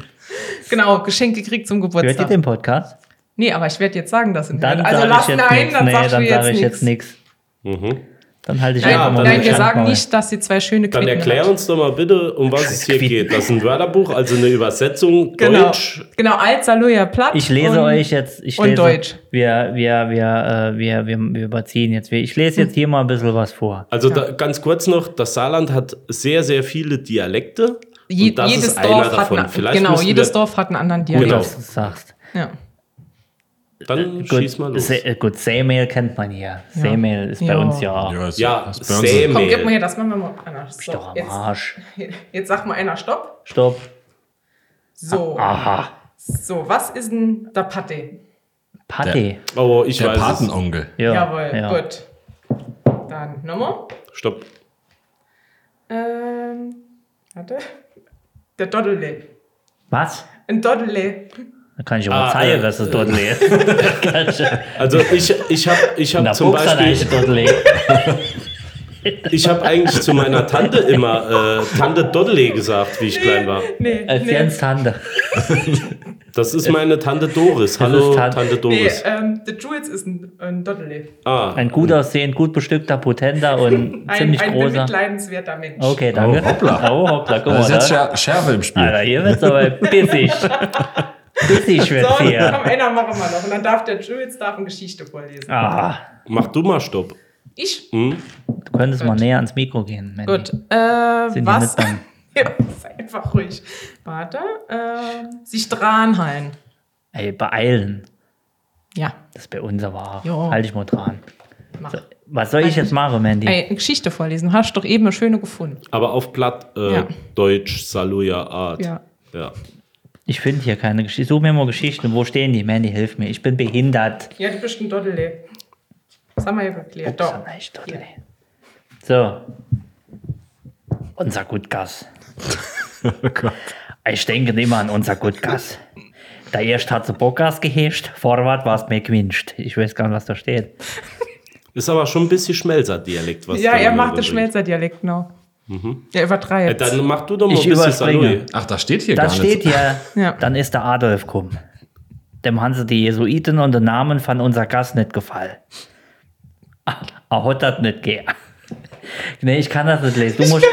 Speaker 5: genau, Geschenk gekriegt zum
Speaker 4: Hört ihr
Speaker 5: Geburtstag.
Speaker 4: den Podcast?
Speaker 5: Nee, aber ich werde jetzt sagen, dass
Speaker 4: Dann
Speaker 5: Also
Speaker 4: sag ich
Speaker 5: lass
Speaker 4: jetzt
Speaker 5: nein,
Speaker 4: nichts.
Speaker 5: dann
Speaker 4: Nee,
Speaker 5: sagst
Speaker 4: dann
Speaker 5: du
Speaker 4: sag ich
Speaker 5: jetzt
Speaker 4: jetzt
Speaker 5: nichts.
Speaker 4: nichts.
Speaker 7: Mhm.
Speaker 4: Dann halte ich
Speaker 7: Ja,
Speaker 4: einfach mal
Speaker 7: dann-
Speaker 5: Nein, wir
Speaker 7: Moment,
Speaker 5: sagen
Speaker 4: Schandmaul.
Speaker 5: nicht, dass sie zwei schöne
Speaker 7: Dann
Speaker 5: Quitten
Speaker 7: erklär
Speaker 5: hat.
Speaker 7: uns doch mal bitte, um was es hier geht. Das ist ein Wörterbuch, also eine Übersetzung
Speaker 5: Genau,
Speaker 7: Deutsch.
Speaker 5: genau alt Saloja platt.
Speaker 4: Ich lese
Speaker 5: und-
Speaker 4: euch jetzt. Ich
Speaker 5: und
Speaker 4: lese,
Speaker 5: Deutsch.
Speaker 4: Wir, wir, wir, äh, wir, wir, wir überziehen jetzt. Ich lese jetzt hier mal ein bisschen was vor.
Speaker 7: Also da, ganz kurz noch, das Saarland hat sehr, sehr viele Dialekte.
Speaker 5: Je,
Speaker 7: und das
Speaker 5: jedes
Speaker 7: ist einer
Speaker 5: Dorf hat
Speaker 7: davon.
Speaker 5: einen,
Speaker 7: Vielleicht
Speaker 5: genau,
Speaker 7: müssen
Speaker 5: jedes
Speaker 7: wir-
Speaker 5: Dorf hat einen anderen
Speaker 4: Gut,
Speaker 5: Dialekt.
Speaker 7: Genau.
Speaker 4: dass du es sagst.
Speaker 5: Ja.
Speaker 7: Dann
Speaker 4: Gut,
Speaker 7: schieß mal los.
Speaker 4: Se- äh, gut, Sämail kennt man hier. Sämail ist bei
Speaker 5: Ja.
Speaker 4: uns ja, auch.
Speaker 6: Ja, ist-
Speaker 7: Ja,
Speaker 6: ist bei uns so.
Speaker 5: Komm, gib mal
Speaker 7: Sämehl.
Speaker 5: her, das machen wir mal. Anna, so,
Speaker 4: doch am
Speaker 5: jetzt,
Speaker 4: Arsch.
Speaker 5: jetzt sag mal einer Stopp.
Speaker 4: Stopp.
Speaker 5: So,
Speaker 4: Aha.
Speaker 5: so was ist denn der Pate?
Speaker 4: Patti.
Speaker 7: Oh, ich
Speaker 6: der
Speaker 7: weiß es.
Speaker 6: Patenonkel.
Speaker 4: Ja,
Speaker 5: Jawohl,
Speaker 4: ja.
Speaker 5: gut. Dann nochmal.
Speaker 7: Stopp.
Speaker 5: Ähm, warte. Der Doddele.
Speaker 4: Was?
Speaker 5: Ein Doddele.
Speaker 4: Da kann ich aber
Speaker 7: Ah,
Speaker 4: zeigen,
Speaker 7: äh,
Speaker 4: dass es dort lebt. Kann ich-
Speaker 7: Also ich, ich habe ich
Speaker 4: Na,
Speaker 7: hab zum
Speaker 4: Buchs hat
Speaker 7: Beispiel...
Speaker 4: eigentlich dort lebt.
Speaker 7: Ich habe eigentlich zu meiner Tante immer äh, Tante Doddley gesagt, wie ich klein war.
Speaker 5: Nee,
Speaker 4: Als
Speaker 5: nee.
Speaker 4: Jens Tante.
Speaker 7: Das ist meine Tante Doris. Hallo,
Speaker 4: ist Tan-
Speaker 7: Tante
Speaker 5: Nee,
Speaker 7: Doris.
Speaker 5: ähm, der Jules ist ein, ein Doddele.
Speaker 7: Ah,
Speaker 4: Ein gut aussehend, gut bestückter, potenter und
Speaker 5: Ein,
Speaker 4: ziemlich
Speaker 5: ein
Speaker 4: großer.
Speaker 5: bemitleidenswerter Mensch.
Speaker 4: Okay, danke.
Speaker 6: Oh, hoppla.
Speaker 4: Oh, hoppla, guck
Speaker 6: Da
Speaker 4: mal.
Speaker 6: ist jetzt
Speaker 4: Da.
Speaker 6: Scher Schärfe im Spiel.
Speaker 4: Alter, hier wird's aber bissig. Bissig
Speaker 5: So,
Speaker 4: wird's
Speaker 5: komm,
Speaker 4: hier.
Speaker 5: einer machen wir noch. Und dann darf der Jules darf eine Geschichte vorlesen.
Speaker 4: Ah,
Speaker 7: mach du mal Stopp.
Speaker 5: Ich?
Speaker 4: du könntest mal näher ans Mikro gehen, Mandy.
Speaker 5: Gut. Äh,
Speaker 4: Sind die
Speaker 5: was?
Speaker 4: mit dran?
Speaker 5: ja, sei einfach ruhig. Warte. Äh, sich dran halten.
Speaker 4: Ey, beeilen.
Speaker 5: Ja,
Speaker 4: Das ist bei uns aber auch.
Speaker 5: Jo.
Speaker 4: Halt dich mal dran.
Speaker 5: mach.
Speaker 4: Was soll ich jetzt machen, Mandy?
Speaker 5: Ey, eine Geschichte vorlesen. Du hast doch eben eine schöne gefunden.
Speaker 7: Aber auf Platt äh,
Speaker 5: Ja.
Speaker 7: Deutsch, Saluja Art.
Speaker 5: Ja.
Speaker 7: Ja.
Speaker 4: Ich finde hier keine Geschichte. Such mir mal Geschichten. Wo stehen die? Mandy, hilf mir. Ich bin behindert.
Speaker 5: Ja, du bist ein Doddele. Das haben wir ja geklärt. Doch.
Speaker 4: Sondern ich total. So. Unser Gutgas.
Speaker 6: Oh
Speaker 4: ich denke immer an unser Gutgas. Der erste hat so Bockgas gehescht, Vorwärts war es mir gewünscht. Ich weiß gar nicht, was da steht.
Speaker 7: Ist aber schon ein bisschen Schmelzer-Dialekt, was
Speaker 5: Ja,
Speaker 7: du
Speaker 5: er
Speaker 7: mir
Speaker 5: macht den
Speaker 7: bringst.
Speaker 5: Schmelzer-Dialekt, genau.
Speaker 4: Mhm.
Speaker 5: Er
Speaker 7: Äh,
Speaker 5: übertreibt.
Speaker 7: Dann mach du doch mal
Speaker 4: Ich
Speaker 7: ein bisschen
Speaker 4: überspringe.
Speaker 7: Salui.
Speaker 6: Ach, das steht hier
Speaker 4: Das
Speaker 6: gar
Speaker 4: steht
Speaker 6: nicht.
Speaker 4: hier.
Speaker 5: Ja.
Speaker 4: Dann ist der Adolf gekommen. Dem haben sie die Jesuiten und den Namen von unser Gast nicht gefallen. Ah, Er hat das nicht gehen. Nee, ich kann das nicht lesen. Du musst.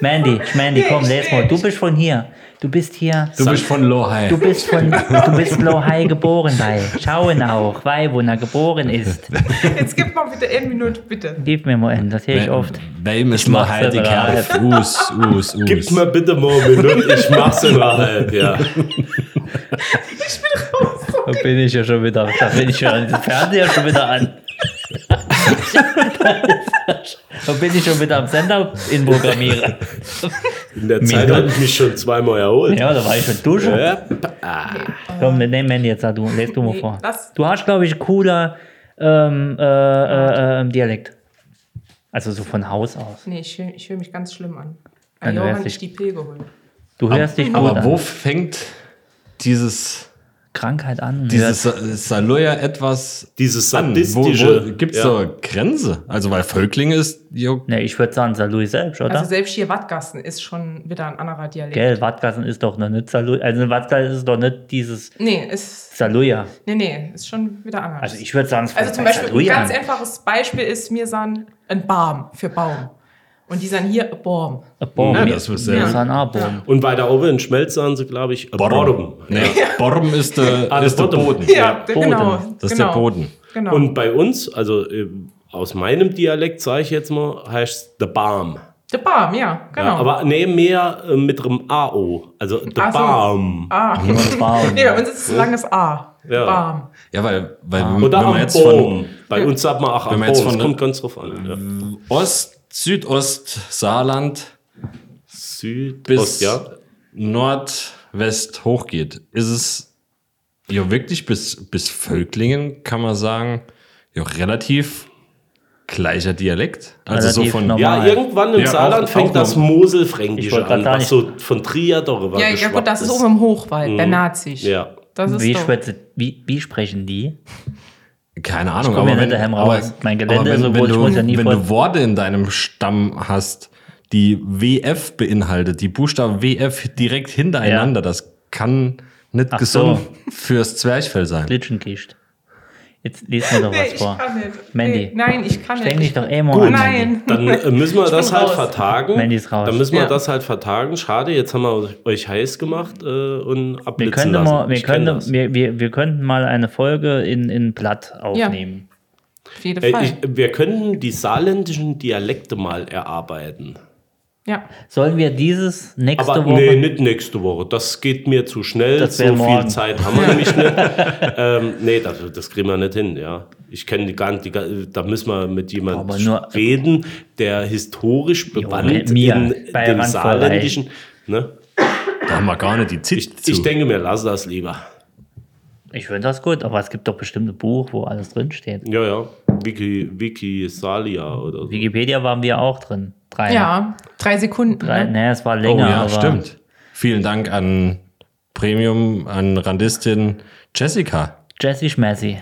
Speaker 4: Mandy, Mandy, komm,
Speaker 5: ich
Speaker 4: les
Speaker 5: will
Speaker 4: mal. Du bist von hier. Du bist hier.
Speaker 6: Du bist von
Speaker 4: Du
Speaker 6: Lohai.
Speaker 4: bist von, du bist Lohai geboren bei. Schauen auch, weil wo er geboren ist.
Speaker 5: Jetzt gib mal bitte eine Minute, bitte.
Speaker 4: Gib mir mal einen, das höre ich oft.
Speaker 6: Wem ist
Speaker 4: mach's
Speaker 6: Lohai die
Speaker 4: bereit.
Speaker 6: Kerl? Us, us, us.
Speaker 7: Gib mir bitte mal eine Minute, ich mach's in halt, ja.
Speaker 4: Da bin ich ja schon wieder, da bin ich ja an den Fernseher schon wieder an. Da bin ich schon wieder am Sender in Programmieren.
Speaker 7: In der Zeit
Speaker 4: Minute.
Speaker 7: habe ich mich schon zweimal erholt.
Speaker 4: Ja, da war ich schon duschen.
Speaker 7: Ja.
Speaker 4: Komm, dann nehmen wir ihn jetzt, du, lest du mal
Speaker 5: Nee,
Speaker 4: vor.
Speaker 5: lass-
Speaker 4: Du hast, glaube ich, cooler ähm, äh, äh, äh, Dialekt. Also so von Haus aus.
Speaker 5: Nee, ich, hör- ich höre mich ganz schlimm an.
Speaker 4: Dann
Speaker 5: Ein Johann
Speaker 4: wär's
Speaker 5: ist die Pil geholt.
Speaker 4: Du hörst dich gut
Speaker 6: Aber
Speaker 4: an.
Speaker 6: wo fängt dieses
Speaker 4: Krankheit an. und
Speaker 6: Dieses Sa- Saloya etwas
Speaker 7: Dieses
Speaker 6: an. Wo,
Speaker 7: sadistische.
Speaker 6: wo gibt es
Speaker 7: ja.
Speaker 6: da Grenze? Also, weil Völklinge ist, jo,
Speaker 4: Ne, ich würde sagen, Salui selbst, oder?
Speaker 5: Also selbst hier Wattgassen ist schon wieder ein anderer Dialekt.
Speaker 4: Gell, Wattgassen ist doch noch nicht Salui. Also in Wattgassen ist doch nicht dieses
Speaker 5: Nee, ist,
Speaker 4: Saluja.
Speaker 5: nee, nee, ist schon wieder anders.
Speaker 4: Also ich würde sagen, es
Speaker 5: Also
Speaker 4: fängt
Speaker 5: zum
Speaker 4: bei
Speaker 5: Beispiel, ein
Speaker 4: Saluja
Speaker 5: ganz
Speaker 4: an.
Speaker 5: einfaches Beispiel ist, wir sagen ein Baum für Baum. Und die sagen hier Baum.
Speaker 4: Ein Baum.
Speaker 6: Ja,
Speaker 4: wir-
Speaker 6: das ist
Speaker 4: Wir
Speaker 6: ja-
Speaker 4: sagen auch Baum.
Speaker 7: Und weiter oben in Schmelz sagen sie, glaube ich, äh, Bottom.
Speaker 6: Nee, Borben ist der,
Speaker 7: Ah,
Speaker 6: ist der
Speaker 7: Bottom.
Speaker 6: Boden.
Speaker 7: Ja.
Speaker 5: d-
Speaker 7: Boden.
Speaker 6: Das ist
Speaker 5: genau,
Speaker 6: der Boden.
Speaker 5: Genau.
Speaker 7: Und bei uns, also ähm, aus meinem Dialekt, sage ich jetzt mal, heißt der Barm.
Speaker 5: der Baum, ja, genau.
Speaker 7: Ja, aber nee, mehr äh, mit einem AO. Also der
Speaker 5: Ach so.
Speaker 7: Barm.
Speaker 5: ah.
Speaker 4: Baum.
Speaker 5: Nee, bei uns ist es ein langes A.
Speaker 7: Ja.
Speaker 5: Baum.
Speaker 6: Ja, weil, weil
Speaker 7: Ah. Oder
Speaker 6: wenn
Speaker 7: am
Speaker 6: man jetzt
Speaker 7: Baum. Bei uns sagt man auch
Speaker 6: Wenn
Speaker 7: am
Speaker 6: man
Speaker 7: Baum.
Speaker 6: jetzt
Speaker 7: Das
Speaker 6: von-
Speaker 7: kommt ganz drauf an. Ja.
Speaker 6: von Ost, Südost, Saarland bis
Speaker 7: Südost, ja.
Speaker 6: Nordwest hochgeht, ist es ja wirklich bis, bis Völklingen, kann man sagen, ja relativ gleicher Dialekt. Also so
Speaker 4: Relativ
Speaker 6: von,
Speaker 4: normal.
Speaker 7: Ja, irgendwann im
Speaker 6: Ja,
Speaker 7: Saarland
Speaker 6: auch-
Speaker 7: fängt
Speaker 6: auch
Speaker 7: das
Speaker 6: noch-
Speaker 4: Ich
Speaker 7: Moselfränkische
Speaker 4: wollte
Speaker 7: an,
Speaker 4: grad
Speaker 7: was
Speaker 4: sagen.
Speaker 7: so von Trier darüber
Speaker 5: Ja, ja, gut,
Speaker 7: geschwappt
Speaker 5: das ist oben im Hochwald, der Nazis.
Speaker 7: Ja.
Speaker 5: Das ist
Speaker 4: Wie,
Speaker 5: doch-
Speaker 4: schwätze, wie, wie sprechen die?
Speaker 6: keine Ahnung,
Speaker 4: komm
Speaker 6: aber
Speaker 4: hier
Speaker 6: wenn,
Speaker 4: nicht daheim
Speaker 6: aber,
Speaker 4: raus. Mein Gelände
Speaker 6: aber
Speaker 4: ist
Speaker 6: wenn,
Speaker 4: so
Speaker 6: wenn,
Speaker 4: groß, ich
Speaker 6: du,
Speaker 4: muss ja nie
Speaker 6: wenn
Speaker 4: vor-
Speaker 6: du Worte in deinem Stamm hast, die WF beinhaltet, die Buchstaben WF direkt hintereinander, das kann nicht
Speaker 4: Ach
Speaker 6: gesund
Speaker 4: so.
Speaker 6: fürs Zwerchfell sein.
Speaker 4: Glitschengischt. Jetzt lies mir doch
Speaker 5: Nee,
Speaker 4: was
Speaker 5: ich
Speaker 4: vor.
Speaker 5: kann nicht.
Speaker 4: Mandy.
Speaker 5: Nee, nein, ich kann
Speaker 4: Denk dich
Speaker 5: nicht.
Speaker 4: doch eh mal an. Mandy.
Speaker 5: Nein.
Speaker 7: Dann äh, müssen wir das
Speaker 5: bin
Speaker 7: halt
Speaker 5: raus.
Speaker 7: vertagen.
Speaker 4: Mandy ist raus.
Speaker 7: Dann müssen wir
Speaker 5: Ja.
Speaker 7: das halt vertagen. Schade, jetzt haben wir euch heiß gemacht äh, und
Speaker 4: Wir
Speaker 7: abblitzen
Speaker 4: könnten,
Speaker 7: lassen.
Speaker 4: mal, wir,
Speaker 7: Ich kenn
Speaker 4: könnten,
Speaker 7: das.
Speaker 4: wir, wir, wir könnten mal eine Folge in, in Blatt aufnehmen.
Speaker 5: Auf jeden
Speaker 7: Äh,
Speaker 5: Fall.
Speaker 7: ich, wir könnten die saarländischen Dialekte mal erarbeiten.
Speaker 5: ja.
Speaker 4: Sollen wir dieses nächste
Speaker 7: Aber
Speaker 4: Woche?
Speaker 7: nee, nicht nächste Woche. Das geht mir zu schnell.
Speaker 4: Das
Speaker 7: so
Speaker 4: wär
Speaker 7: viel
Speaker 4: morgen.
Speaker 7: Zeit haben wir nämlich nicht. ähm, nee, das, das kriegen wir nicht hin, ja. Ich kenne die gar nicht, die, gar- da müssen wir mit
Speaker 4: Aber
Speaker 7: jemandem
Speaker 4: nur-
Speaker 7: reden, der historisch bewandt
Speaker 4: mit mir,
Speaker 7: in
Speaker 4: bei
Speaker 7: dem
Speaker 4: Randvoll,
Speaker 7: saarländischen. Ne?
Speaker 6: Da haben wir gar nicht die Zeit
Speaker 7: Ich, ich denke mir, lass das lieber.
Speaker 4: Ich finde das gut, aber es gibt doch bestimmt ein Buch, wo alles drinsteht.
Speaker 7: Ja, ja. Wiki, Wiki Salia oder so.
Speaker 4: Wikipedia waren wir auch drin. Drei.
Speaker 5: ja, drei Sekunden.
Speaker 4: Drei,
Speaker 5: ne?
Speaker 4: nee, es war
Speaker 6: Oh
Speaker 4: länger.
Speaker 6: ja,
Speaker 4: aber
Speaker 6: stimmt. Vielen Dank an Premium, an Randistin Jessica.
Speaker 4: Jesse Schmessi.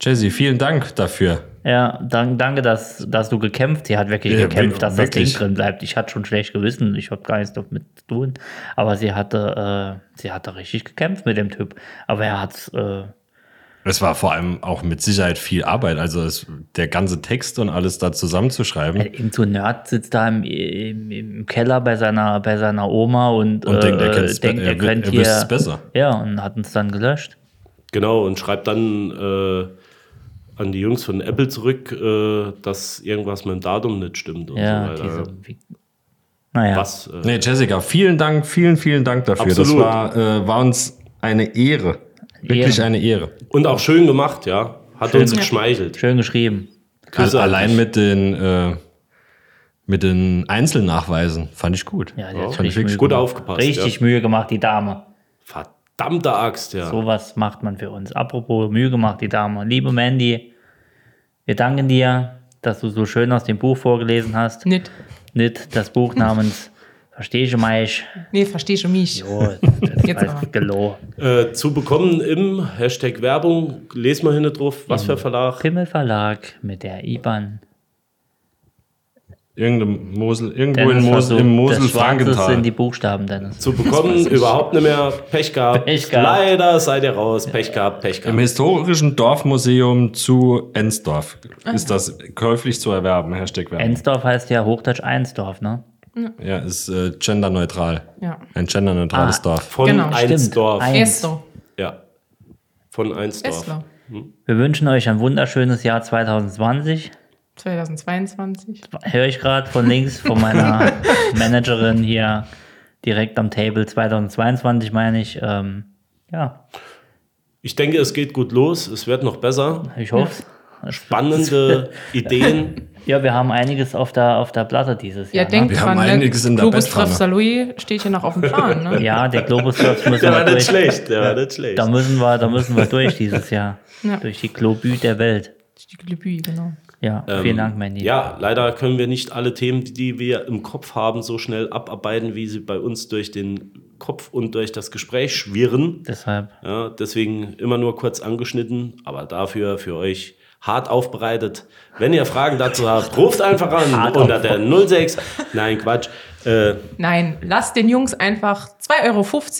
Speaker 6: Jessie, vielen Dank dafür.
Speaker 4: Ja, dank, danke, dass, dass du gekämpft. Sie hat wirklich
Speaker 6: Ja,
Speaker 4: gekämpft,
Speaker 6: wir-
Speaker 4: dass das
Speaker 6: wirklich.
Speaker 4: Ding drin bleibt. Ich hatte schon schlecht gewissen, ich habe gar nichts damit zu tun. Aber sie hatte, äh, sie hatte richtig gekämpft mit dem Typ. Aber er hat äh,
Speaker 6: Es war vor allem auch mit Sicherheit viel Arbeit. Also es, der ganze Text und alles da zusammenzuschreiben
Speaker 4: eben so ein Nerd sitzt da im, im, im Keller bei seiner, bei seiner Oma und,
Speaker 6: Und
Speaker 4: äh,
Speaker 6: denkt, er kennt's
Speaker 4: denkt,
Speaker 6: be-
Speaker 4: er
Speaker 6: er wi-
Speaker 4: könnt
Speaker 6: er
Speaker 4: hier,
Speaker 6: wüsste's besser.
Speaker 4: Ja, und hat uns dann gelöscht.
Speaker 7: Genau, und schreibt dann äh, an die Jungs von Apple zurück, äh, dass irgendwas mit dem Datum nicht stimmt und
Speaker 4: Ja,
Speaker 7: so weiter.
Speaker 4: diese, wie, naja.
Speaker 7: Was? Äh,
Speaker 6: Nee, Jessica, vielen Dank, vielen, vielen Dank dafür.
Speaker 7: Absolut.
Speaker 6: Das war, äh, war uns eine Ehre. Wirklich
Speaker 4: Ehre.
Speaker 6: eine Ehre.
Speaker 7: Und auch schön gemacht, ja. Hat uns geschmeichelt.
Speaker 4: Schön geschrieben.
Speaker 7: Grüße an
Speaker 6: Allein
Speaker 7: dich.
Speaker 6: mit den, äh, mit den Einzelnachweisen fand ich gut.
Speaker 4: Ja, die hat
Speaker 6: fand ich wirklich
Speaker 4: Mühe
Speaker 7: gut
Speaker 4: gemacht.
Speaker 7: aufgepasst,
Speaker 4: Richtig Mühe gemacht, die Dame.
Speaker 7: Verdammte Axt, ja.
Speaker 4: Sowas macht man für uns. Apropos Mühe gemacht, die Dame. Liebe Mandy, wir danken dir, dass du so schön aus dem Buch vorgelesen hast.
Speaker 5: Nicht.
Speaker 4: Nicht das Buch namens Verstehe ich mich.
Speaker 5: Nee, versteh schon mich.
Speaker 4: Oh, das
Speaker 5: Jetzt
Speaker 4: war
Speaker 5: aber.
Speaker 4: gelogen.
Speaker 7: Äh, zu bekommen im Hashtag Werbung, lesen wir hinten drauf, was für Verlag.
Speaker 4: Pimmel Verlag mit der IBAN.
Speaker 6: Irgendein Mosel, irgendwo
Speaker 4: Dennis
Speaker 6: in Mosel,
Speaker 4: versucht,
Speaker 6: im
Speaker 4: das Schwarze sind die
Speaker 6: Mosel-Frankental.
Speaker 4: Buchstaben, Dennis.
Speaker 7: Zu bekommen, überhaupt nicht mehr. Pech gehabt.
Speaker 4: Pech gehabt.
Speaker 7: Leider seid ihr raus. Pech gehabt, Pech
Speaker 6: Im
Speaker 7: gehabt.
Speaker 6: historischen Dorfmuseum zu Ensdorf ist das käuflich zu erwerben, Hashtag Werbung.
Speaker 4: Ensdorf heißt ja Hochdeutsch Einsdorf, ne?
Speaker 6: ja, ist äh, genderneutral.
Speaker 5: Ja.
Speaker 6: Ein genderneutrales
Speaker 4: Ah.
Speaker 6: Dorf.
Speaker 7: Von
Speaker 5: Genau, stimmt.
Speaker 7: Einsdorf.
Speaker 4: Ein- Eins.
Speaker 5: Esto.
Speaker 7: Ja. Von Einsdorf.
Speaker 5: Esto.
Speaker 4: Wir wünschen euch ein wunderschönes Jahr 2020.
Speaker 5: 2022.
Speaker 4: höre ich gerade von links von meiner Managerin hier direkt am Table 2022, meine ich. Ähm, ja,
Speaker 7: Ich denke, es geht gut los. Es wird noch besser.
Speaker 4: ich hoffe
Speaker 7: Spannende Ideen.
Speaker 4: Ja, wir haben einiges auf der, auf der Platte dieses
Speaker 5: Ja,
Speaker 4: Jahr.
Speaker 5: denkt
Speaker 6: Wir
Speaker 5: dran,
Speaker 6: haben
Speaker 5: ne?
Speaker 6: einiges in der
Speaker 5: Globus
Speaker 6: Bestpfanne.
Speaker 5: Treff Saloy steht hier noch auf dem Plan, ne?
Speaker 4: ne? ja der Globus Clubs müssen
Speaker 7: Der war
Speaker 4: wir
Speaker 7: nicht
Speaker 4: durch.
Speaker 7: schlecht. Der war nicht schlecht.
Speaker 4: Da müssen wir, da müssen wir durch dieses Jahr. Durch die Globü der Welt.
Speaker 5: Die Globü, genau.
Speaker 4: Ja, vielen Dank, Mandy.
Speaker 7: Ähm, Ja, leider können wir nicht alle Themen, die wir im Kopf haben, so schnell abarbeiten, wie sie bei uns durch den Kopf und durch das Gespräch schwirren.
Speaker 4: Deshalb.
Speaker 7: Ja, deswegen immer nur kurz angeschnitten, aber dafür für euch hart aufbereitet. Wenn ihr Fragen dazu habt, ruft einfach an unter der 06. Nein, Quatsch. Äh,
Speaker 5: Nein, lasst den Jungs einfach 2,50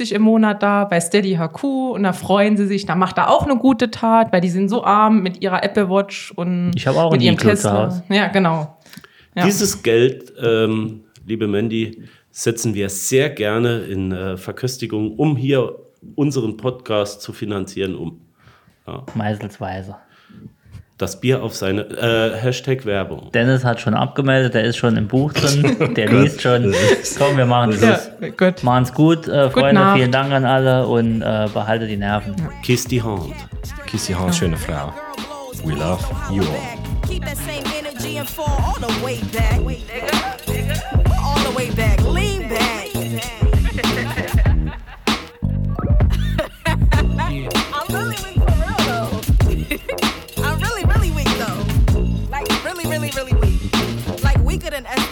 Speaker 5: Euro im Monat da bei Steady HQ und da freuen sie sich. Da macht er auch eine gute Tat, weil die sind so arm mit ihrer Apple Watch und
Speaker 4: Ich habe auch
Speaker 5: mit
Speaker 4: ein Iglo zu Hause.
Speaker 5: Ja, genau. Ja.
Speaker 7: Dieses Geld, ähm, liebe Mandy, setzen wir sehr gerne in äh, Verköstigung, um hier unseren Podcast zu finanzieren, um
Speaker 4: Meißelsweise.
Speaker 7: das Bier auf seine äh, Hashtag Werbung.
Speaker 4: Dennis hat schon abgemeldet, der ist schon im Buch
Speaker 7: Oh
Speaker 4: drin, der liest schon. Komm, wir machen
Speaker 5: Ja,
Speaker 4: Schluss.
Speaker 5: gut.
Speaker 4: Machen's gut, äh, Freunde.
Speaker 5: Nacht.
Speaker 4: Vielen Dank an alle und äh, behalte die Nerven.
Speaker 7: Kiss die Hand.
Speaker 6: Kiss die Hand, schöne Frau. We love you all.
Speaker 3: Keep that same energy and fall all the way back. All the way back. Lean back. I'm really weak for real though. I'm really, really weak though. Like really, really, really weak. Like weaker than